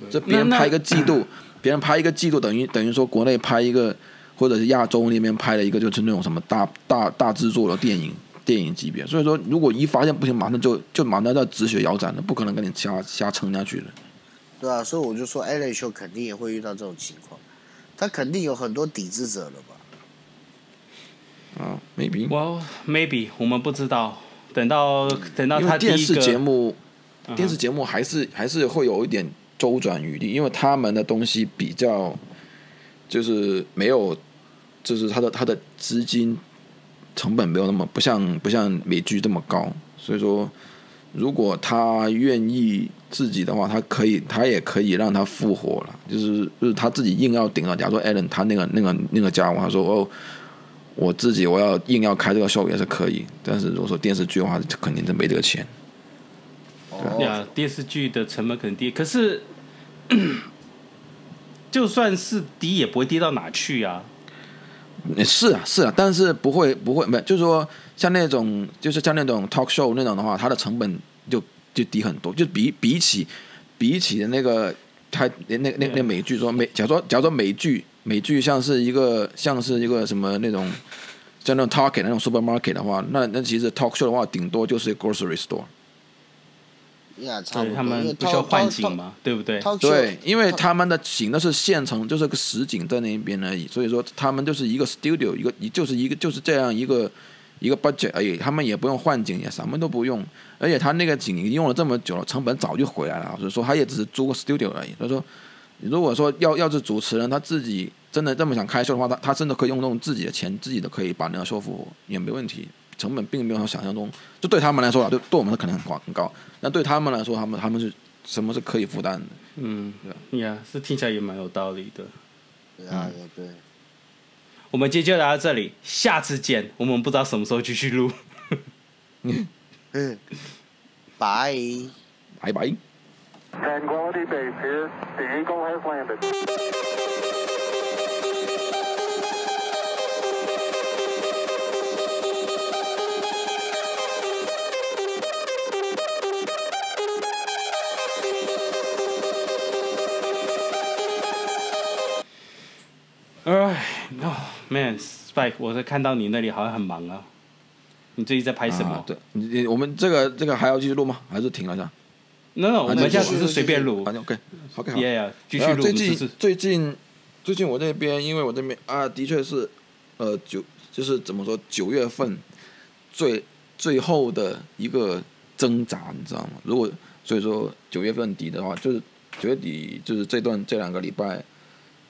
D: 本，这别人
B: 那那
D: 拍一个季 度，别人拍一个季度等于等于说国内拍一个，或者是亚洲那边拍了一个就是那种什么大大大制作的电影电影级别。所以说，如果一发现不行，马上就就马上要止血腰斩了，不可能跟你瞎瞎撑下去的。
C: 对啊，所以我就说 a l e n 肯定也会遇到这种情况，他肯定有很多抵制者了吧？
D: 啊，maybe。
B: Well, maybe 我们不知道，等到等到
D: 因
B: 他
D: 为
B: 第一个
D: 电视节目，
B: 嗯哼
D: 电视节目还是还是会有一点周转余地，因为他们的东西比较就是没有，就是他的他的资金成本没有那么不像不像美剧这么高，所以说如果他愿意自己的话，他可以他也可以让他复活了，就是就是他自己硬要顶了。假如说 Allen 他那个那个那个家伙，他说哦。我自己我要硬要开这个 show 也是可以，但是如果说电视剧的话，肯定是没这个钱。
C: 哦，
B: 呀电视剧的成本可能低，可是 就算是低也不会低到哪去啊。
D: 嗯是啊，是啊，但是不会不会，没就是说像那种就是像那种 talk show 那种的话，它的成本就就低很多，就比比起比起那个它那那那那美剧说美，假如说假如说美剧美剧像是一个像是一个什么那种像那种 Target 那种 supermarket 的话，那那其实 talk show 的话，顶多就是 grocery store。
C: 呀，差不
B: 对
C: 多，
B: 他
C: 因为
B: 们不
C: 他
B: 需要换
C: 他
B: 景嘛，对不对？
C: 他
D: 对，因为他们的景那是现成，就是个实景在那边而已，所以说他们就是一个 studio，一个一就是一个就是这样一个一个 budget 而已，他们也不用换景，也什么都不用，而且他那个景已经用了这么久了，成本早就回来了，所以说他也只是租个 studio 而已。所以说，如果说要要是主持人他自己真的这么想开秀的话，他他真的可以用用自己的钱，自己的可以把那个秀复活也没问题。成本并没有他想象中，就对他们来说啊，对对我们可能很高很高，那对他们来说，他们他们是什么是可以负担的？
B: 嗯，呀，是听起来也蛮有道理的。
C: 啊，对，
B: 我们今天就聊到这里，下次见。我们不知道什么时候继续录，
C: 嗯，拜。
D: 拜拜。
A: Tranquility Base here. The Eagle has landed.
B: 哎，No man，Spike，我在看到你那里好像很忙啊。你最近在拍什么、
D: 啊、对，你你我们这个这个还要继续录吗？还是停了一下？
B: ，No No，我们现在
D: 继续
B: 只是随便录
D: 反。正 OK OK 好。
B: Yeah，yeah，继续
D: 然
B: 录。
D: 后最
B: 我们只
D: 近
B: 是
D: 最近最近我这边，因为我这边啊，的确是，呃，九就是怎么说，九月份最最后的一个挣扎，你知道吗？如果所以说九月份底的话，就是九月底就是这段这两个礼拜，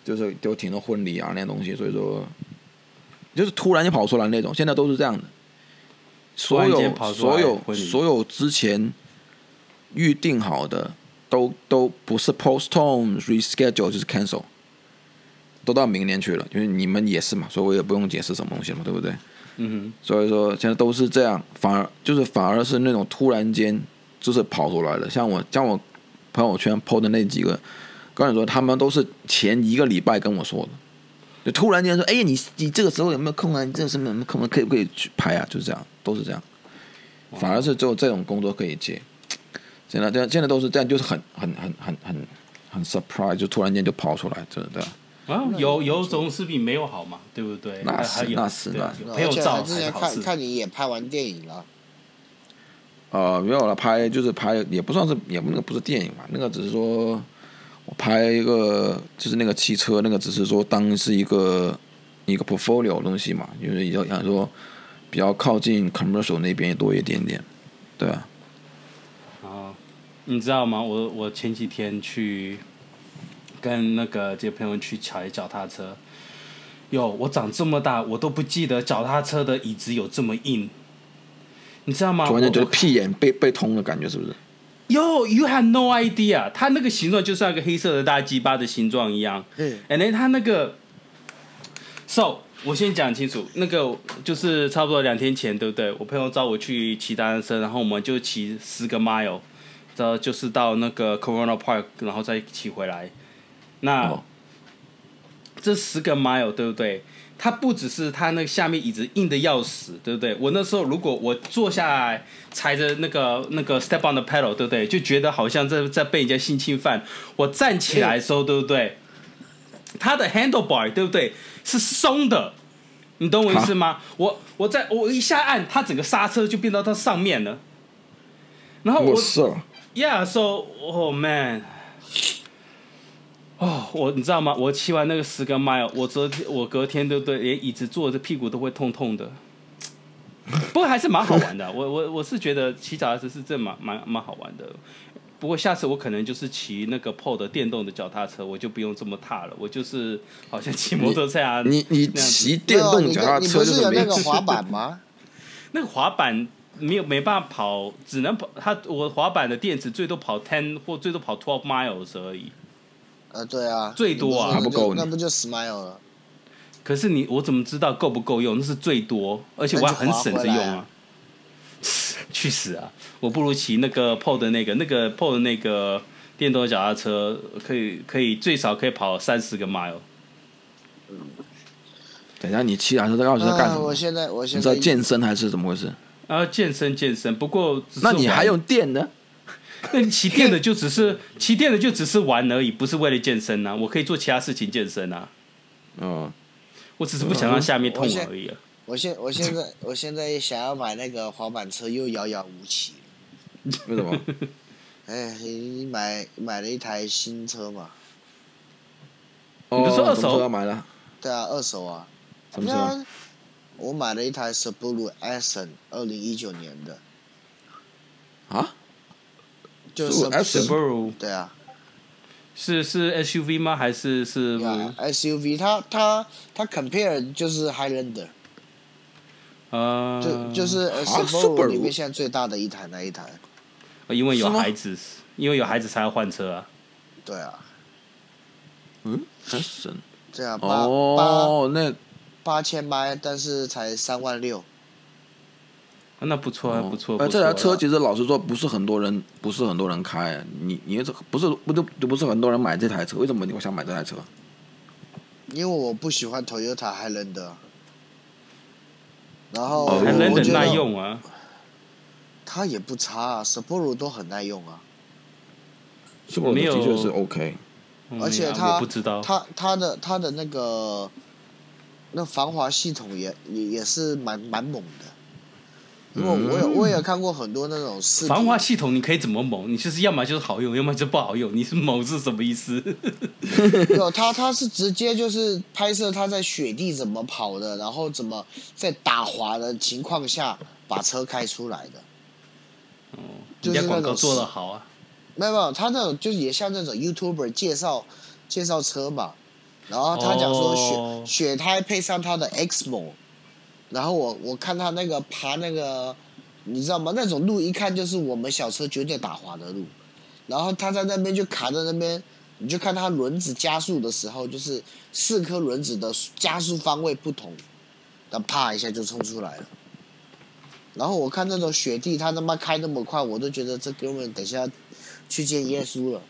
D: 就是都停了婚礼啊那些东西，所以说就是突然就跑出来那种，现在都是这样的。所
B: 突然
D: 有
B: 间跑出来
D: 所有
B: 婚礼
D: 所有之前预定好的都都不是 postpone reschedule 就是 cancel，都到明年去了，因为你们也是嘛，所以我也不用解释什么东西了嘛，对不对？
B: 嗯
D: 所以说现在都是这样，反而就是反而是那种突然间就是跑出来的，像我像我朋友圈 PO 的那几个，跟你说他们都是前一个礼拜跟我说的，就突然间说，哎，你你这个时候有没有空啊？你这个时候有没有空啊？可以不可以去拍啊？就是这样，都是这样，反而是只有这种工作可以接。现在现在现在都是这样，就是很很很很很很 surprise，就突然间就跑出来，真的。
B: 啊，有有总是比没有好嘛，对不对？
D: 那
B: 还
D: 是
B: 还有
D: 那是
B: 对
D: 那是
B: 有
C: 而
B: 朋友
C: 且
B: 照
C: 他
B: 才
C: 之
B: 是
C: 前
B: 好
C: 看
B: 事。
C: 看你也拍完电影了，
D: 呃，没有了，拍就是拍，也不算是，也不那个不是电影嘛，那个只是说，我拍一个就是那个汽车，那个只是说当是一个一个 portfolio 的东西嘛，就是要想说比较靠近 commercial 那边多一点点，对啊，
B: 啊，你知道吗？我我前几天去跟那个这些朋友去踩脚踏车，哟，我长这么大，我都不记得脚踏车的椅子有这么硬，你知道吗？
D: 突然间
B: 啊我
D: 觉得屁眼被被通的感觉，是不是？
B: Yo, you have no idea，它那个形状就像一个黑色的大鸡巴的形状一样。
C: 嗯
B: And then 它那个，so 我先讲清楚，那个就是差不多两天前，对不对？我朋友找我去骑单车，然后我们就骑十个 mile，然后就是到那个 Corona Park，然后再骑回来。那、
D: 哦
B: 这十个 mile 对不对？它不只是它那下面椅子硬的要死，对不对？我那时候如果我坐下来踩着那个那个 step on the pedal，对不对？就觉得好像在在被人家性侵犯。我站起来的时候，对不对？它的 handlebar 对不对是松的，你懂我意思吗？我我在我一下按，它整个刹车就变到它上面了。然后我
D: 我是啊，
B: Yeah, so oh man. 哦、我你知道吗？我骑完那个十个 mile，我昨天我隔天对不对，连椅子坐着屁股都会痛痛的。不过还是蛮好玩的。 我我我是觉得骑脚踏车是真蛮蛮蛮好玩的。不过下次我可能就是骑那个 PO 的电动的脚踏车，我就不用这么踏了。我就是好像骑摩托车啊，
D: 你你
B: 那样子
D: 骑电动
C: 你
D: 脚踏
C: 你
D: 车
C: 不
D: 就是
C: 有
D: 是
C: 那
D: 没
C: 个滑板吗？
B: 那个滑板没有没办法跑，只能跑它我滑板的电池最多跑 ten 或最多跑 twelve miles 而已。
C: 呃，对啊，
B: 最多啊
C: 你不是
D: 还不够
C: 那就
D: 你
C: 那不就 smile 了？
B: 可是你，我怎么知道够不够用？那是最多，而且我还很省着用
C: 那就划回来
B: 啊
C: 啊。
B: 去死啊！我不如骑那个 PO 的那个、那个 PO 的那个电动脚踏车，可以可以最少可以跑三十个 mile。
D: 等一下你骑脚踏车到底是在干什
C: 啊
D: 么
C: 我？现在我
D: 你
C: 现
D: 是在
C: 在
D: 健身还是怎么回事？
B: 然后啊健身健身，不过只是
D: 那你还
B: 玩
D: 用电呢？
B: 那你骑电的就只是 骑电的就只是玩而已，不是为了健身啊。我可以做其他事情健身啊，
D: 嗯，
B: 我只是不想让下面
C: 嗯
B: 痛
C: 我现
B: 而已啊。
C: 我现我现在我现在想要买那个滑板车又遥遥无期。
D: 为什么？
C: 哎，你买买了一台新车嘛？
D: 哦，
B: 不是二手
D: 什么时候要买的？
C: 对啊，二手啊。
D: 什么时候？
C: 那我买了一台 Subaru Accent，二零一九年的，
D: 啊？
C: 就是
D: Subaru Accent
B: Subaru
C: 对啊，
B: 是是 SUV 吗？还是是
C: 对啊 SUV，它它它 compare 就是 Highlander，
B: 呃，
C: 就就是呃
D: 啊
C: Subaru
D: Subaru
C: 里面现在最大的一台那一台。
B: 因为有
D: 是吗
B: 孩子，因为有孩子才要换车啊。
C: 对啊，
D: 嗯，还神
C: 对啊，八八
D: 哦，那
C: 八千八，但是才三万六。
B: 啊那不错啊，不错。
D: 呃，
B: 不错
D: 这台车其实老实说，不是很多人，不是很多人开。你你这不是不就就不是很多人买这台车？为什么你会想买这台车？
C: 因为我不喜欢 Toyota Highlander，然后
D: 哦
B: 还
C: 我
B: 能
C: 我
B: 忍
C: 觉
B: 耐
C: 得
B: 用啊。
C: 它也不差、啊、，Subaru 都很耐用啊，
D: 是不是
B: 没有
D: 的确是 OK？
B: 嗯
C: 而且
B: 呀
C: 它
B: 我不知道，
C: 它它的它的那个那防滑系统也也也是蛮蛮猛的，因为我
D: 嗯
C: 有我也看过很多那种视频，
B: 防滑系统你可以怎么猛？你就是要么就是好用，要么就不好用。你是猛是什么意思？
C: 有它它是直接就是拍摄它在雪地怎么跑的，然后怎么在打滑的情况下把车开出来的。就
B: 人
C: 是
B: 家
C: 那
B: 广
C: 种
B: 告做的好啊。
C: 没有没有，他那种就是也像那种 YouTuber 介绍介绍车嘛，然后他讲说雪、
B: 哦
C: 雪胎配上他的 X m o 然后我我看他那个爬那个，你知道吗？那种路一看就是我们小车绝对打滑的路，然后他在那边就卡在那边，你就看他轮子加速的时候，就是四颗轮子的加速方位不同，然后啪一下就冲出来了。然后我看那种雪地，他他妈开那么快，我都觉得这哥们等下去见耶稣 了。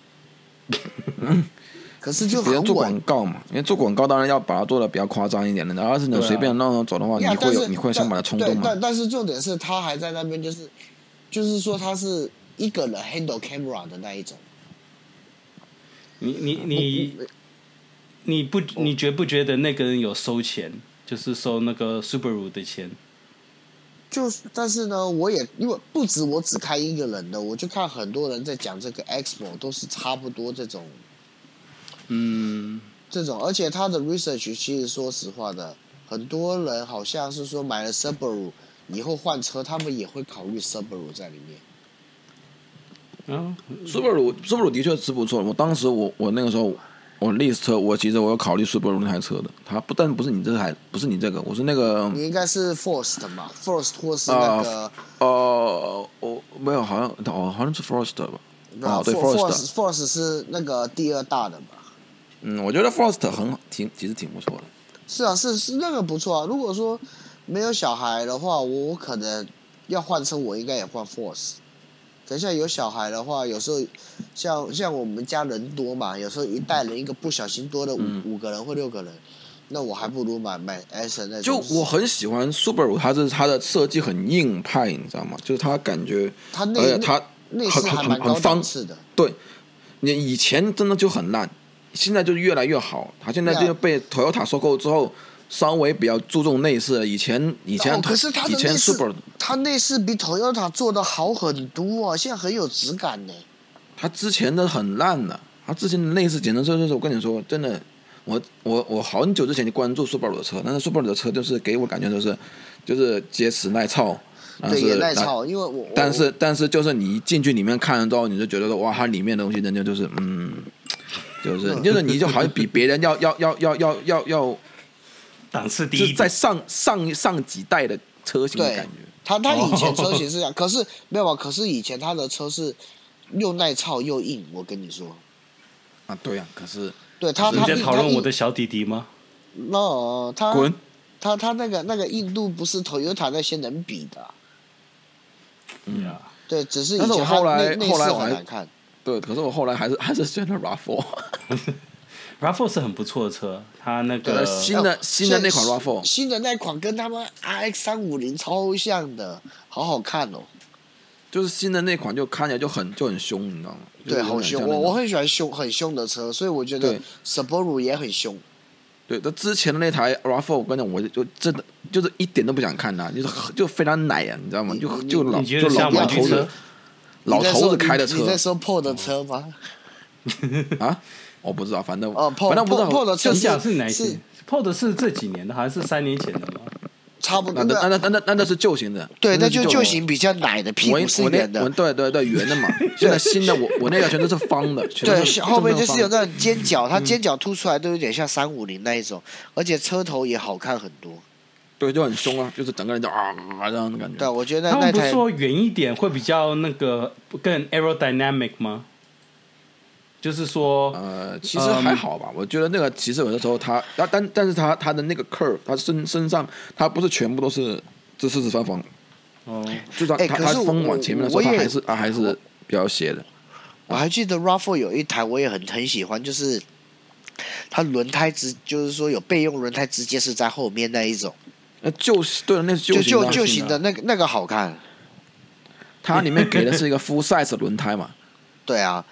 C: 可是就
D: 别
C: 很
D: 人做
C: 稳
D: 广，告嘛，因为做广告当然要把它做的比较夸张一点的。然后要是能
B: 对啊
D: 随便让它走的话，你
C: 呀但
D: 会
C: 是
D: 有你会想买的冲
C: 但
D: 动
C: 对
D: 吗？
C: 但但是重点是他还在那边，就是就是说他是一个人 handle camera 的那一种。
B: 你你你你不你觉不觉得那个人有收钱，就是收那个 Subaru 的钱？
C: 就是，但是呢，我也因为不止我只开一个人的，我就看很多人在讲这个 Expo 都是差不多这种
B: 嗯，
C: 这种，而且他的 research 其实说实话的，很多人好像是说买了 Subaru 以后换车，他们也会考虑 Subaru 在里面。
B: 啊，
D: Subaru Subaru 的确是不错。我当时我我那个时候我 list 车，我其实我有考虑 Subaru 那台车的，它不但不是你这台，不是你这个，我是那个
C: 你应该是 Forced 嘛，Forced 或是那个
D: 呃，我没有，好像哦，好像是 Forester 吧？啊，对
C: Forced
D: ，Forester。
C: Forced 是那个第二大的嘛。
D: 嗯，我觉得 Forester 很好，挺其实挺不错的。
C: 是啊，是是那个不错啊。如果说没有小孩的话，我我可能要换车，我应该也换 Force。等一下有小孩的话，有时候像像我们家人多嘛，有时候一代人一个不小心多了五、
D: 嗯
C: 五个人或六个人，那我还不如买买 S 那
D: 就
C: 种。
D: 我很喜欢 Subaru，它是它的设计很硬派，你知道吗？就是它感觉，
C: 它
D: 而且
C: 内
D: 它
C: 内饰
D: 很
C: 还
D: 很
C: 蛮
D: 很
C: 高
D: 很
C: 档
D: 方，
C: 次的。
D: 对，你以前真的就很烂，现在就越来越好。它现在
C: 对啊
D: 就被 Toyota 收购之后，稍微比较注重内饰了。以前以前、
C: 哦，可是它
D: 以
C: 的
D: 前
C: 内饰
D: Subaru，
C: 它内饰比 Toyota 做的好很多啊，现在很有质感呢、
D: 它之前的很烂了，它之前的内饰简直就是我跟你说，真的，我我我好久之前就关注 Subaru 的车，但是 Subaru 的车就是给我感觉就是就是结实耐操，然后
C: 对，
D: 是
C: 也耐
D: 然
C: 操，因为我
D: 但
C: 我
D: 是但是就是你一进去里面看了之后，你就觉得说哇，它里面的东西真的就是嗯， 就是就是你就好像比别人要要要要要要要，
B: 档次
D: 就是在上上上几代的车型的
C: 对
D: 感觉。
C: 他他以前车
B: 哦
C: 型是这样，可是没有啊，可是以前他的车是又耐操又硬，我跟你说，
D: 啊，对呀、可是
C: 对他
B: 你
C: 他
B: 在
C: 硬
B: 讨论我的
C: 他
B: 小弟弟吗？
C: 硬，no，他
D: 滚！
C: 他他那个那个硬度不是 Toyota 那些能比的，
D: 嗯
C: 对，只是以
D: 但是
C: 前
D: 我后
C: 他
D: 来
C: 内内
D: 后
C: 饰
D: 来我
C: 很
D: 还
C: 难看，
D: 对，可是我后来还是还是选了 RAV4，
B: r a f 是很不错的车，它那
D: 对
B: 个
D: 新的
C: 哦
D: 新的那款
C: 现
D: RAV4
C: 新的那款跟他们 RX 三五零超像的，好好看哦，
D: 就是新的那款就看起来就很就很凶，你知道吗？
C: 对，好
D: 就是有
C: 凶，我
D: 点像那
C: 我
D: 种
C: 很喜欢凶很凶的车，所以我觉得
D: 对
C: Subaru 也很凶，
D: 对，他之前的那台 RAV4，我跟你讲，我就就真的就是一点都不想看它，就是很就非常奶啊，你知道吗？就
C: 你
D: 就老
B: 你觉
D: 就
B: 得
D: 老
B: 像
D: 老
B: 玩具
D: 头
B: 车
D: 子？老
C: 你在
D: 头
C: 说
D: 子开的
C: 你
D: 车哦
C: 你在说破的车吗？
D: 啊，我不知道，反正
C: 哦，Paul-
D: 反正我不知道
C: Paul- Paul 的车
D: 就
B: 你
D: 是
B: 讲是哪一
C: 是
B: 些？Pod 是这几年的，好像是三年前的嘛。
C: 差不多
D: 那那那那那那那是旧型的，
C: 对，那
D: 是
C: 就
D: 旧
C: 就
D: 型
C: 型比较奶的，屁
D: 我
C: 股是
D: 我那
C: 圆
D: 我
C: 的，
D: 对对对圆的 嘛，现在新的我我那台全都是方的，全都
C: 对，
D: 是
C: 像后面就是有
D: 正正方
C: 那种尖角，它尖角凸出来都有点像三五零那一种，而且车头也好看很多。
D: 对就很凶啊，就是整个人就啊这样的感
C: 对，
D: 觉。
C: 我觉得
B: 他
C: 那
B: 们
C: 那
B: 不
C: 台
B: 是说远一点会比较那个更 aerodynamic 吗？就是说，
D: 呃，其
C: 嗯
D: 实还好吧，我觉得那个其实有的时候它，但但但是它它的那个 curve，它身身上它不是全部都是这四十方方，
B: 哦，
D: 就是它
C: 哎
D: 它
C: 可
D: 它
C: 是
D: 风
C: 我
D: 往前面的时候，
C: 我
D: 它
C: 也
D: 还是它还是比较斜的。
C: 我还记得 RAV4 有一台我也很很喜欢，就是它轮胎直就是说有备用轮胎，直接是在后面那一种，
D: 那旧对了，那是
C: 就
D: 旧型
C: 就
D: 的啊
C: 就
B: 型
C: 型
B: 的
C: 的那个那个好看。
D: 它里面给的是一个 full size 的轮胎嘛，
C: 对啊，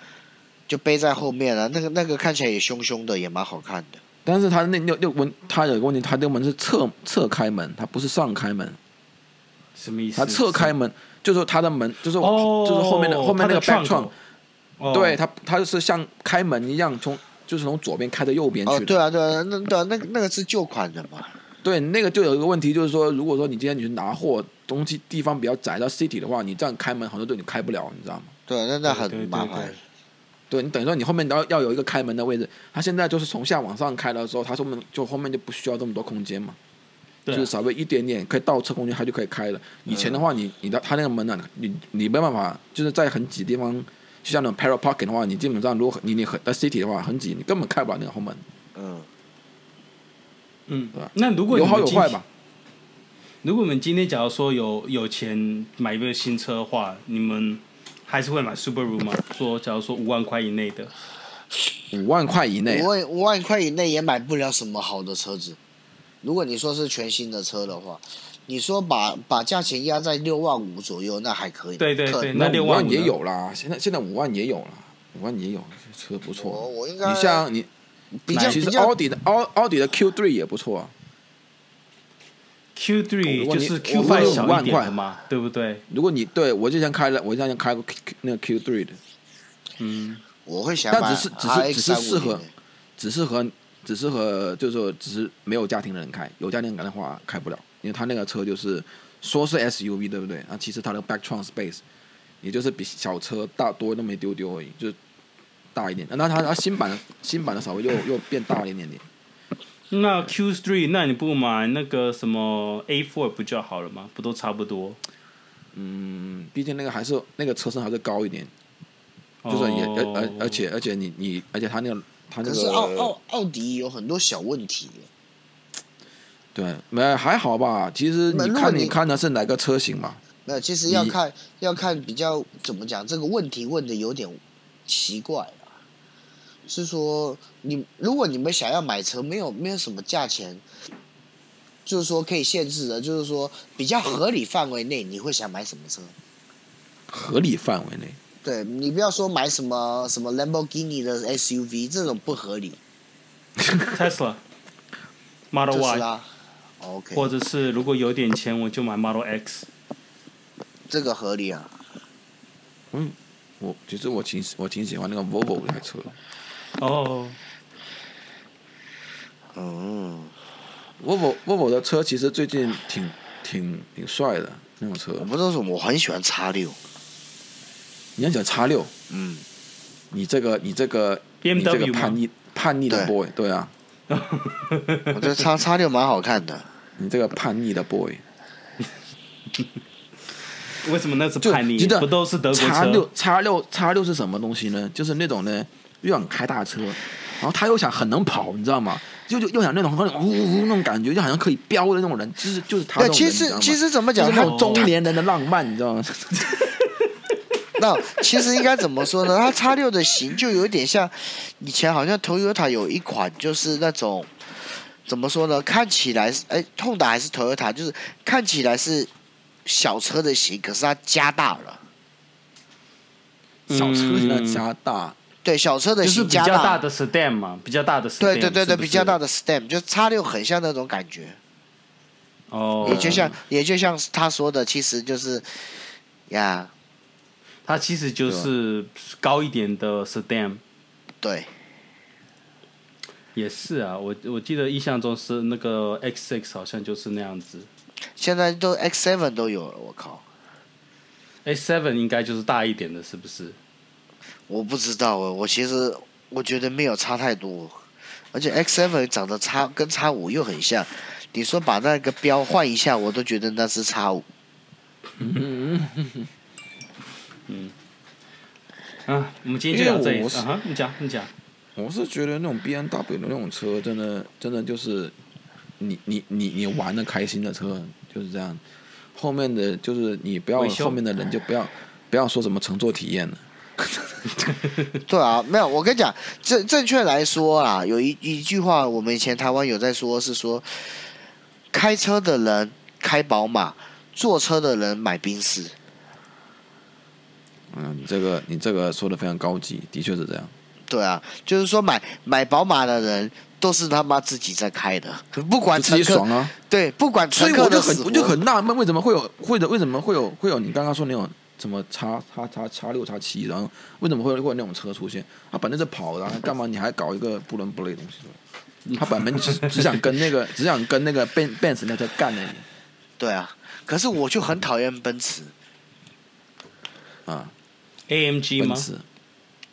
C: 就背在后面啊，那个那个看起来也凶凶的，也蛮好看的。
D: 但是它那那那门，它有个问题，它那个门是侧侧开门，它不是上开门，
B: 什么意思？
D: 它侧开门就是它的门，就是、
B: 哦，
D: 就是后面的后面那个 back
B: 窗
D: trunk，，
B: 哦
D: 对，
C: 哦
D: 它它就是像开门一样从就是从左边开到右边去
C: 哦，
D: 的。
C: 对啊，对啊，那对啊，那个那个是旧款的嘛。
D: 对，那个就有一个问题，就是说，如果说你今天你去拿货，东西地方比较窄到 city 的话，你这样开门好多对你开不了，你知道吗？
C: 对，啊那那很
B: 对对
C: 麻
B: 对
C: 烦。
D: 对你等于说你后面要要有一个开门的位置，它现在就是从下往上开的时候，它后面就后面就不需要这么多空间嘛，就
B: 对啊
D: 是稍微一点点可以倒车空间，它就可以开了。以前的话，
B: 嗯
D: 你你的它那个门呢、啊你你没办法，就是在很挤的地方，就像那种 parallel parking 的话，你基本上如果你你很在 city 的话很挤，你根本开不了那个后门，
C: 嗯，
B: 嗯
D: 对吧，
B: 那如果
D: 有
B: 你们
D: 好有
B: 今
D: 坏吧。
B: 如果我们今天假如说有有钱买一个新车的话，你们还是会买 Subaru 吗？说假如说五万块以内的，
D: 五万块以内
C: 五，万五万块以内也买不了什么好的车子。如果你说是全新的车的话，你说把把价钱压在六万五左右，那还可以。
B: 对对
C: 可
B: 对
D: 那
B: 那六
D: 五
B: 万
D: 万
B: 五
D: 也
B: 呢
D: 有啦，现在现在五万也有啦，五万也有，车不错。
C: 我我应该
D: 你像你
C: 比较
B: 其实
C: 比
D: 其实
C: 较
D: 奥迪的奥奥迪的 Q 3也不错啊，
B: Q 3就
D: 我问你
B: 是
D: 我
B: Q
D: 问
B: five
D: 你五
B: 小
D: 万
B: 一点的
D: 块
B: 嘛，对不对？
D: 如果你对我之前开了，我之前开过 Q- 那个 Q 3的，
B: 嗯，
C: 我会想买
D: 但只是只是
C: RX
D: 只是适
C: 350
D: 合
C: 的
D: 只适合只适合就是说只是没有家庭的人开，有家庭人开的话开不了，因为他那个车就是说是 SUV 对不对？啊，其实它的 back trunk space 也就是比小车大多那么一丢丢而已，就是大一点。那它它新版的新版的稍微又又变大了一点点。
B: 那 Q 3那你不买那个什么 A 4不就好了吗？不都差不多？
D: 嗯，毕竟那个还是那个车身还是高一点，就是也
B: 哦
D: 而而而且而且你你而且它那个它那
C: 可
D: 个
C: 是奥奥奥迪有很多小问题，
D: 对没还好吧？其实
C: 那
D: 你
C: 如果
D: 看
C: 你
D: 你看的是哪个车型嘛？
C: 没有，其实要
D: 你
C: 看要看比较怎么讲，这个问题问的有点奇怪啊。是说你如果你们想要买车，没有没有什么价钱，就是说可以限制的，就是说比较合理范围内，你会想买什么车？
D: 合理范围内。
C: 对你不要说买什么什么 Lamborghini 的 SUV 这种不合理，
B: Tesla Model
C: 特
B: Y，
C: 斯拉。OK，
B: 或者是如果有点钱，我就买 Model X。
C: 这个合理啊。
D: 我其实我挺喜我挺喜欢那个 Volvo 那台车
B: 哦，
C: 嗯，
D: ，Volvo Volvo 的车其实最近挺挺挺帅的那种车
C: 我。不知道为什么我很喜欢叉六。
D: 你要讲叉六，
C: 嗯，
D: 你这个你这个
B: BMW
D: 你这个
B: 吗
D: 叛逆叛逆
C: 对
D: 的 boy，对啊，
C: 我觉得 叉叉六蛮好看的。
D: 你这个叛逆的 boy，
B: 为什么那是
D: 就
B: 叛逆？
D: 觉得
B: 不都是德国
D: 叉
B: 车
D: 六？叉六叉六是什么东西呢？就是那种呢又想开大车，然后他又想很能跑，你知道吗？就就又想那种很呜呜呜那种感觉，就好像可以飙的那种人，就是就是他
C: 对
D: 这种
C: 其
D: 人，
C: 实
D: 你知道吗
C: 其实怎么讲
D: 就是那
C: 他
D: 种中年人的浪漫，你知道吗？
C: 那其实应该怎么说呢？它叉六的型就有点像以前好像 Toyota 有一款就是那种怎么说呢？看起来是哎，痛打还是 Toyota，就是看起来是小车的型，可是它加大了。
D: 小车现在
B: 嗯
D: 加大，
C: 对，小车的
B: 就是
C: 型
B: 比较
C: 大。
B: 大的 sedan 嘛，比较大的 sedan。
C: 对对对对，
B: 是不是
C: 比较大。的 stem，就叉六很像那种感觉，
B: 哦，
C: 也就像也就像他说的，其实就是呀，
B: 它其实就是高一点的 sedan。
C: 对，
B: 也是啊，我我记得印象中是那个 X 6好像就是那样子
C: 现在都 X seven 都有了，我靠，
B: ，X 7应该就是大一点的，是不是？
C: 我不知道啊，我其实我觉得没有差太多，而且 X seven 长得叉跟叉五又很像，你说把那个标换一下，我都觉得那是叉五。
B: 啊，我们今天就聊这
D: 因为
B: 里
D: 我是
B: 啊哈，你讲你讲，
D: 我是觉得那种 B N W 的那种车，真的真的就是你你你你玩的开心的车就是这样，后面的就是你不要
B: 维修
D: 后面的人就不要不要说什么乘坐体验了。
C: 对啊，没有，我跟你讲，正正确来说啊，有一一句话，我们以前台湾有在说，是说开车的人开宝马，坐车的人买宾士。
D: 嗯，你这个你这个说的非常高级，的确是这样。
C: 对啊，就是说买买宝马的人都是他妈自己在开的，不管
D: 就自
C: 乘
D: 己
C: 客
D: 爽啊！
C: 对，不管
D: 所
C: 乘
D: 以
C: 客
D: 我就
C: 的
D: 很
C: 死活
D: 我就很纳闷，为什么会有会的为什么会有会有你刚刚说那种什么叉叉叉叉六叉七，然后为什么会有会有那种车出现？它本来是跑的啊，干嘛你还搞一个不伦不类的东西出来？他本来只只想跟那个只想跟那个 Ben Benz 那车干而已
C: 对啊，可是我就很讨厌奔驰。
D: 啊，
B: AMG
D: 奔
B: 吗？
D: 驰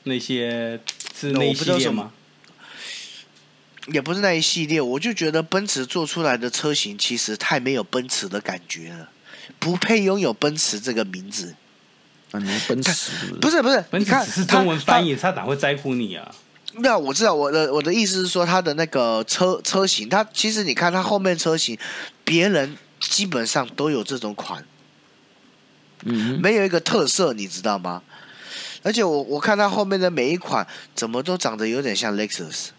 B: 那些是
C: 那
B: 那
C: 我
B: 一
C: 不知
B: 系
C: 道
B: 列
C: 什么
B: 吗？
C: 也不是那一系列，我就觉得奔驰做出来的车型其实太没有奔驰的感觉了，不配拥有奔驰这个名字。
D: 啊，你说奔驰是不是？
C: 不是不是，
B: 反
C: 你
B: 正
C: 看
B: 只是
C: 它
B: 中文翻译，他哪会在乎你啊？
C: 它那我知道，我的我的意思是说，它的那个车车型，它其实你看它后面车型，别人基本上都有这种款，
D: 嗯哼，
C: 没有一个特色，你知道吗？而且我我看它后面的每一款，怎么都长得有点像 Lexus，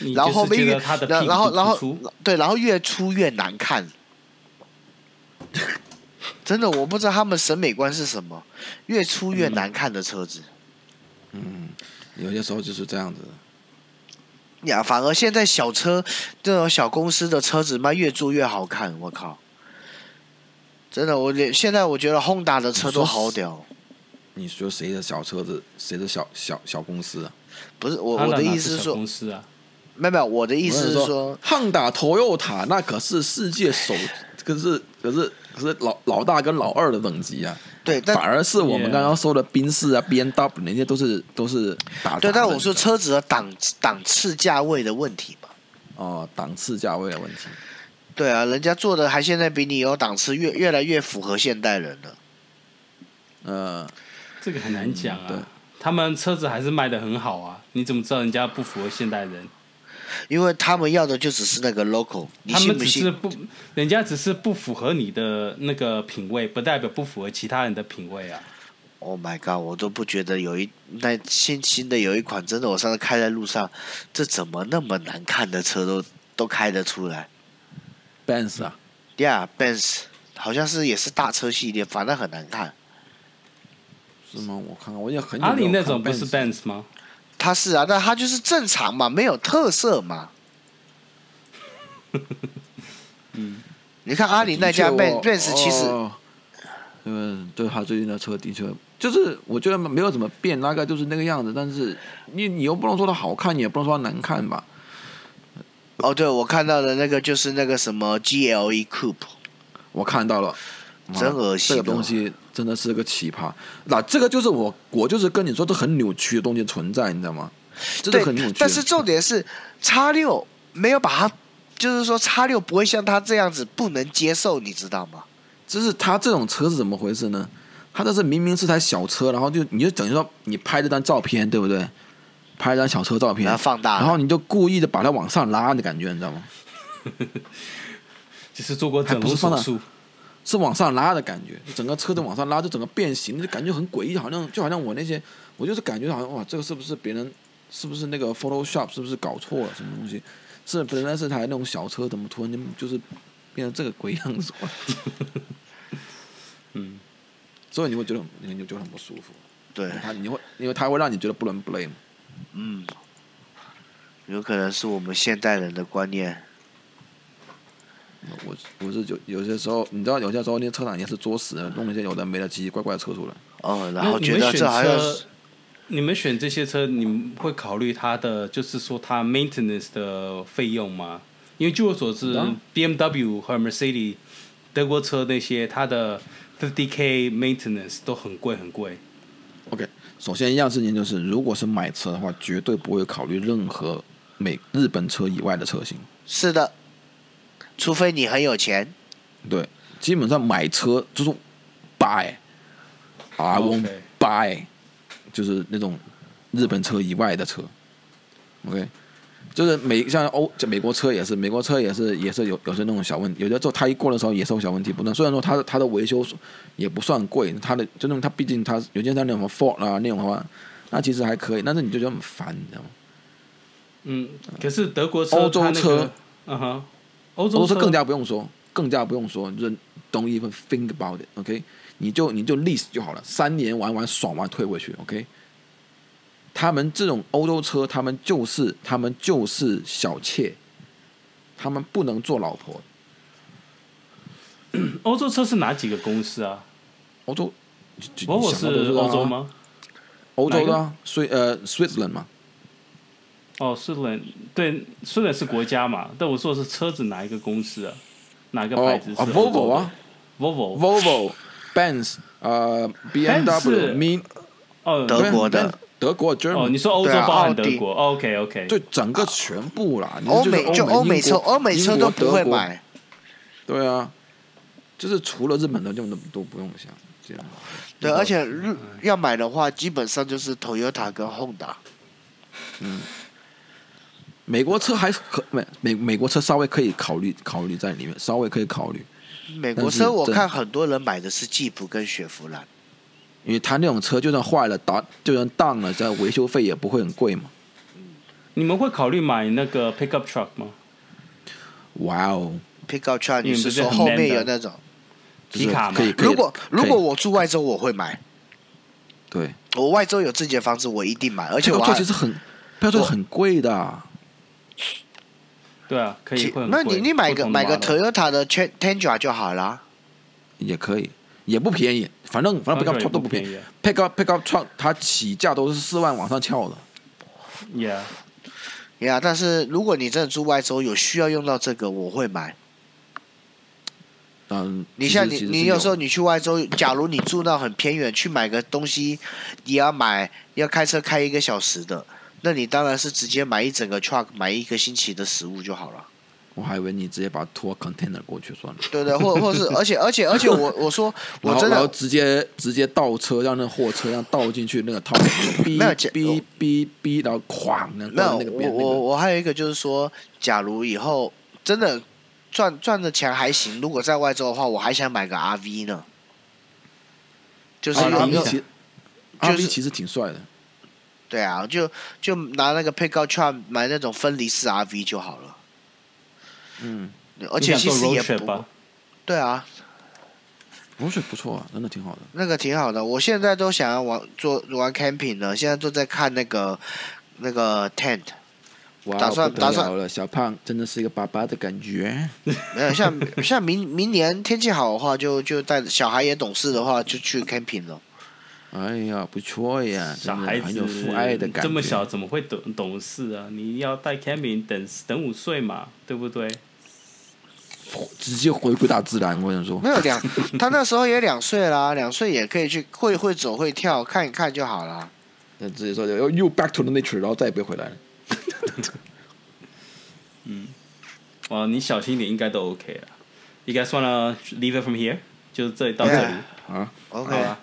B: 你
C: 然后后
B: 就是
C: 面
B: 觉
C: 越
B: 得他的
C: 然
B: 屁
C: 然后
B: 股
C: 然
B: 突
C: 后
B: 出，
C: 对，然后越出越难看。真的，我不知道他们审美观是什么，越出
B: 嗯
C: 越难看的车子。
D: 嗯有些时候就是这样子的。
C: 呀，反而现在小车这种小公司的车子卖越做越好看，我靠！真的，我连现在我觉得 Honda 的车都好屌。
D: 你说谁的小车子，谁的小小小公司啊？
C: 不是我我的意思
B: 是
C: 是说
B: 公，司啊，
C: 没有没有，我的意思是
D: 我是
C: 说，
D: 汉达 Toyota 那可是世界首， 可是可是可是老老大跟老二的等级啊，
C: 对，
D: 反
C: 但
D: 而是我们
B: Yeah
D: 刚刚说的宾士啊、B N W 那些都是都是打杂的
C: 对，但我说
D: 你知
C: 车子的档档次价位的问题嘛。
D: 道哦档次价位的问题，
C: 对啊，人家做的还现在比你有档次越，越来越符合现代人了。
D: 呃，
B: 这个很难讲啊。
D: 对
B: 他们车子还是卖的很好啊，你怎么知道人家不符合现代人？
C: 因为他们要的就只是那个 local，你
B: 他
C: 信
B: 们
C: 不
B: 只是
C: 信？
B: 不，人家只是不符合你的那个品味，不代表不符合其他人的品味啊。
C: Oh my god！我都不觉得有一那新新的有一款，真的我上次开在路上，这怎么那么难看的车都都开得出来
D: Benz 啊，
C: ？Yeah，Benz 好像是也是大车系列，反正很难看。
D: 是吗？我看看，我也很久
B: 阿
D: 没有
B: 里那
D: 看
B: 种不是
D: Benz，
B: Benz 吗？
C: 它是啊，但它就是正常嘛，没有特色 嘛。嗯，你看阿里那家
D: 的确
C: Ben
D: 我
C: Benz 其实、
D: 哦嗯，对他最近的车的确，就是我觉得没有怎么变，大概就是那个样子。但是你你又不能说它好看，你也不能说它难看吧？
C: 哦，对我看到的那个就是那个什么 GLE Coupe，
D: 我看到了，妈
C: 真恶心啊
D: 这个东西真的是个奇葩。那这个就是我，我就是跟你说，这很扭曲的东西存在，你知道吗？这是
C: 对
D: 很扭曲的。，
C: 但是重点是叉六没有把它，就是说叉六不会像它这样子不能接受，你知道吗？
D: 就是他这种车是怎么回事呢？他这是明明是台小车，然后就你就等于说你拍这张照片，对不对？拍一张小车照片，
C: 把它放大了
D: 然后你就故意的把它往上拉的感觉，你知道吗？
B: 就是做过整
D: 还不
B: 容
D: 是放
B: 手
D: 到
B: 术，
D: 是往上拉的感觉，整个车子往上拉，就整个变形，就感觉很诡异，好像就好像我那些，我就是感觉好像哇，这个是不是别人，是不是那个 Photoshop 是不是搞错了什么东西？是本来是台那种小车，怎么突然间就是变成这个鬼样子？
B: 嗯，
D: 所以你会觉得很你你就很不舒服，
C: 对，
D: 他你会因为他会让你觉得不伦不类嘛。
C: 嗯，有可能是我们现代人的观念。
D: 我我是有有些时候，你知道有些时候那车展也是作死的，弄一些有的没的奇奇怪怪的车出来。
C: 哦，然
B: 那
C: 后
B: 你
C: 觉
B: 们
C: 得
B: 选
C: 这好像
B: 车
C: 是
B: 你们选这些车，你们会考虑它的，就是说它 maintenance 的费用吗？因为据我所知
D: 当
B: ，BMW 和 Mercedes 德国车那些，它的 50k maintenance 都很贵很贵。
D: OK，首先一样事情就是，如果是买车的话，绝对不会考虑任何美日本车以外的车型。
C: 是的，除非你很有钱。
D: 对，基本上买车就是啊 buy，I won't
B: OK
D: buy，就是那种日本车以外的车。OK，就是美像欧这美国车也是，美国车也是也是有有些那种小问题，有些做胎过的时候也是有小问题不断。虽然说它的它的维修也不算贵，它的就那种它毕竟它有些像那种 Ford 啊那种的话，那其实还可以，但是你就觉得很烦，你知道吗？
B: 嗯，可是德国车，
D: 欧洲
B: 它那个
D: 车，
B: 嗯哼，欧
D: 欧
B: 洲
D: 洲车更加不用说，更加不用说，就是 don't even think about it。OK，你就你就 list 就好了，三年玩玩爽完退回去。OK，他们这种欧洲车，他们就是他们就是小妾，他们不能做老婆。
B: 欧洲车是哪几个公司啊？
D: 欧洲，
B: 我我
D: 你
B: 是
D: 想到都知道啊
B: 欧洲？吗？
D: 欧洲的
B: 哪
D: 啊，瑞呃 Switzerland 嘛，
B: 哦，苏联对，苏联是国家嘛，但我说的是车子哪一个公司啊？哪个
D: 哦
B: 牌子是欧
D: 啊
B: 洲的
D: ，Volvo 啊
B: ，Volvo
D: ，Volvo、Benz 呃 BMW、Min
B: 哦，
C: 德国的，
D: Benz，德国 German
B: 哦，你说欧洲
C: 对啊
B: 包含
C: 奥
B: 德
C: 迪
B: 国？OK 哦 OK，
D: 就整个全部啦，你
C: 啊欧
D: 就是
C: 美就
D: 欧
C: 欧
D: 美
C: 美
D: 英
C: 车，
D: 国
C: 欧美车
D: 英
C: 都
D: 国
C: 不会
D: 德国
C: 买。
D: 对啊，就是除了日本的，就都都不用想这样。
C: 对，而且日要买的话，基本上就是 Toyota 跟 Honda。
D: 美国车还可美美美国车稍微可以考虑考虑在里面，稍微可以考虑，
C: 美国
D: 但是
C: 车我
D: 真
C: 看很多人买的是吉普跟雪佛兰。
D: 因为他那种车就算坏了打就算当了，在维修费也不会很贵嘛。
B: 你们会考虑买那个 pickup truck 吗？
D: 哇哦，
C: Pickup truck，
B: 因为
C: 你是
B: 不是
C: 说
B: 很
C: 后
B: man
C: 面
B: 的
C: 有那种？
D: 就是
B: 皮卡嘛
D: 可以。可以
C: 如果
D: 可以
C: 如果我住外州，我会买。
D: 对，
C: 我外州有自己的房子，我一定买。而
D: 而
C: 且我
D: 这
C: 还
D: 其实很，标准很贵的。
B: 对啊，可以
C: 其
B: 会很
C: 那
B: 贵。
C: 你你买
B: 不
C: 个
B: 同的
C: 买个
B: model
C: Toyota 的 Ch- Tundra 就好啦。
D: 也可以，也不便宜，反正反正 Pickup
B: Tundra 也
D: Truck 都
B: 不
D: 不
B: 便
D: 便
B: 宜
D: 宜，Pickup Pickup Truck 它起价都是四万往上翘的，
B: ，Yeah，
C: 呀、但是如果你真的住外州有需要用到这个，我会买。
D: 嗯，
C: 你
D: 其实
C: 像
D: 其
C: 你
D: 实
C: 你
D: 是
C: 有时候你去外州，假如你住到很偏远，去买个东西，你要买要开车开一个小时的，那你当然是直接买一整个 truck，买一个星期的食物就好了。
D: 我还以为你直接把它拖 container 过去算了，
C: 对对，或或是，而且而且而且我我说我
D: 然后
C: 真
D: 然后
C: 的
D: 直接直接倒车，让那货车让倒进去那个套 里面，
C: 没有
D: 哔
C: 这
D: 哔哔哔，然后哐，然后
C: 没有
D: 那个
C: 我
D: 边那
C: 我
D: 个，
C: 我还有一个就是说，假如以后真的赚赚的钱还行，如果在外州的话，我还想买个 RV 呢，就是
B: 啊
C: 有
B: 然
C: 一
B: 后
C: 个
D: 哦其实
C: 就是
D: RV 其实挺帅的，
C: 对啊，就就拿那个 pickup truck 买那种分离式 RV 就好了。
D: 嗯，
C: 而
B: 你
C: 且
B: 想
C: 其
B: 做
C: 实
B: road
C: 也
B: trip
C: 不
B: 吧？
C: 对啊，
D: 我觉得不错啊，真的挺好的。
C: 那个挺好的。我现在都想要玩做玩 camping 了，现在都在看那个那个 tent，
D: 哇，
C: 打算
D: 不得
C: 打算
D: 了了，小胖真的是一个爸爸的感觉。
C: 没有像 像明明年天气好的话，就就带小孩也懂事的话，就去 camping 了。
D: 哎呀，不错呀，
B: 小
D: 真的
B: 孩
D: 很
B: 子
D: 有父爱的感觉。
B: 这么小怎么会懂懂事啊？你要带 Cammy 等等五岁嘛，对不对？
D: 直接回归大自然，我跟你说
C: 没，有两，他那时候也两岁啦，两岁也可以去会会走会跳，看一看就好啦。
D: 那直接说又又 back to the nature，然后再也不会回来了。
B: 哇，你小心一点，应该都 OK 了。应该算了，leave it from here，就这里到这里，
D: 啊，
B: 好
C: OK，
B: 吧？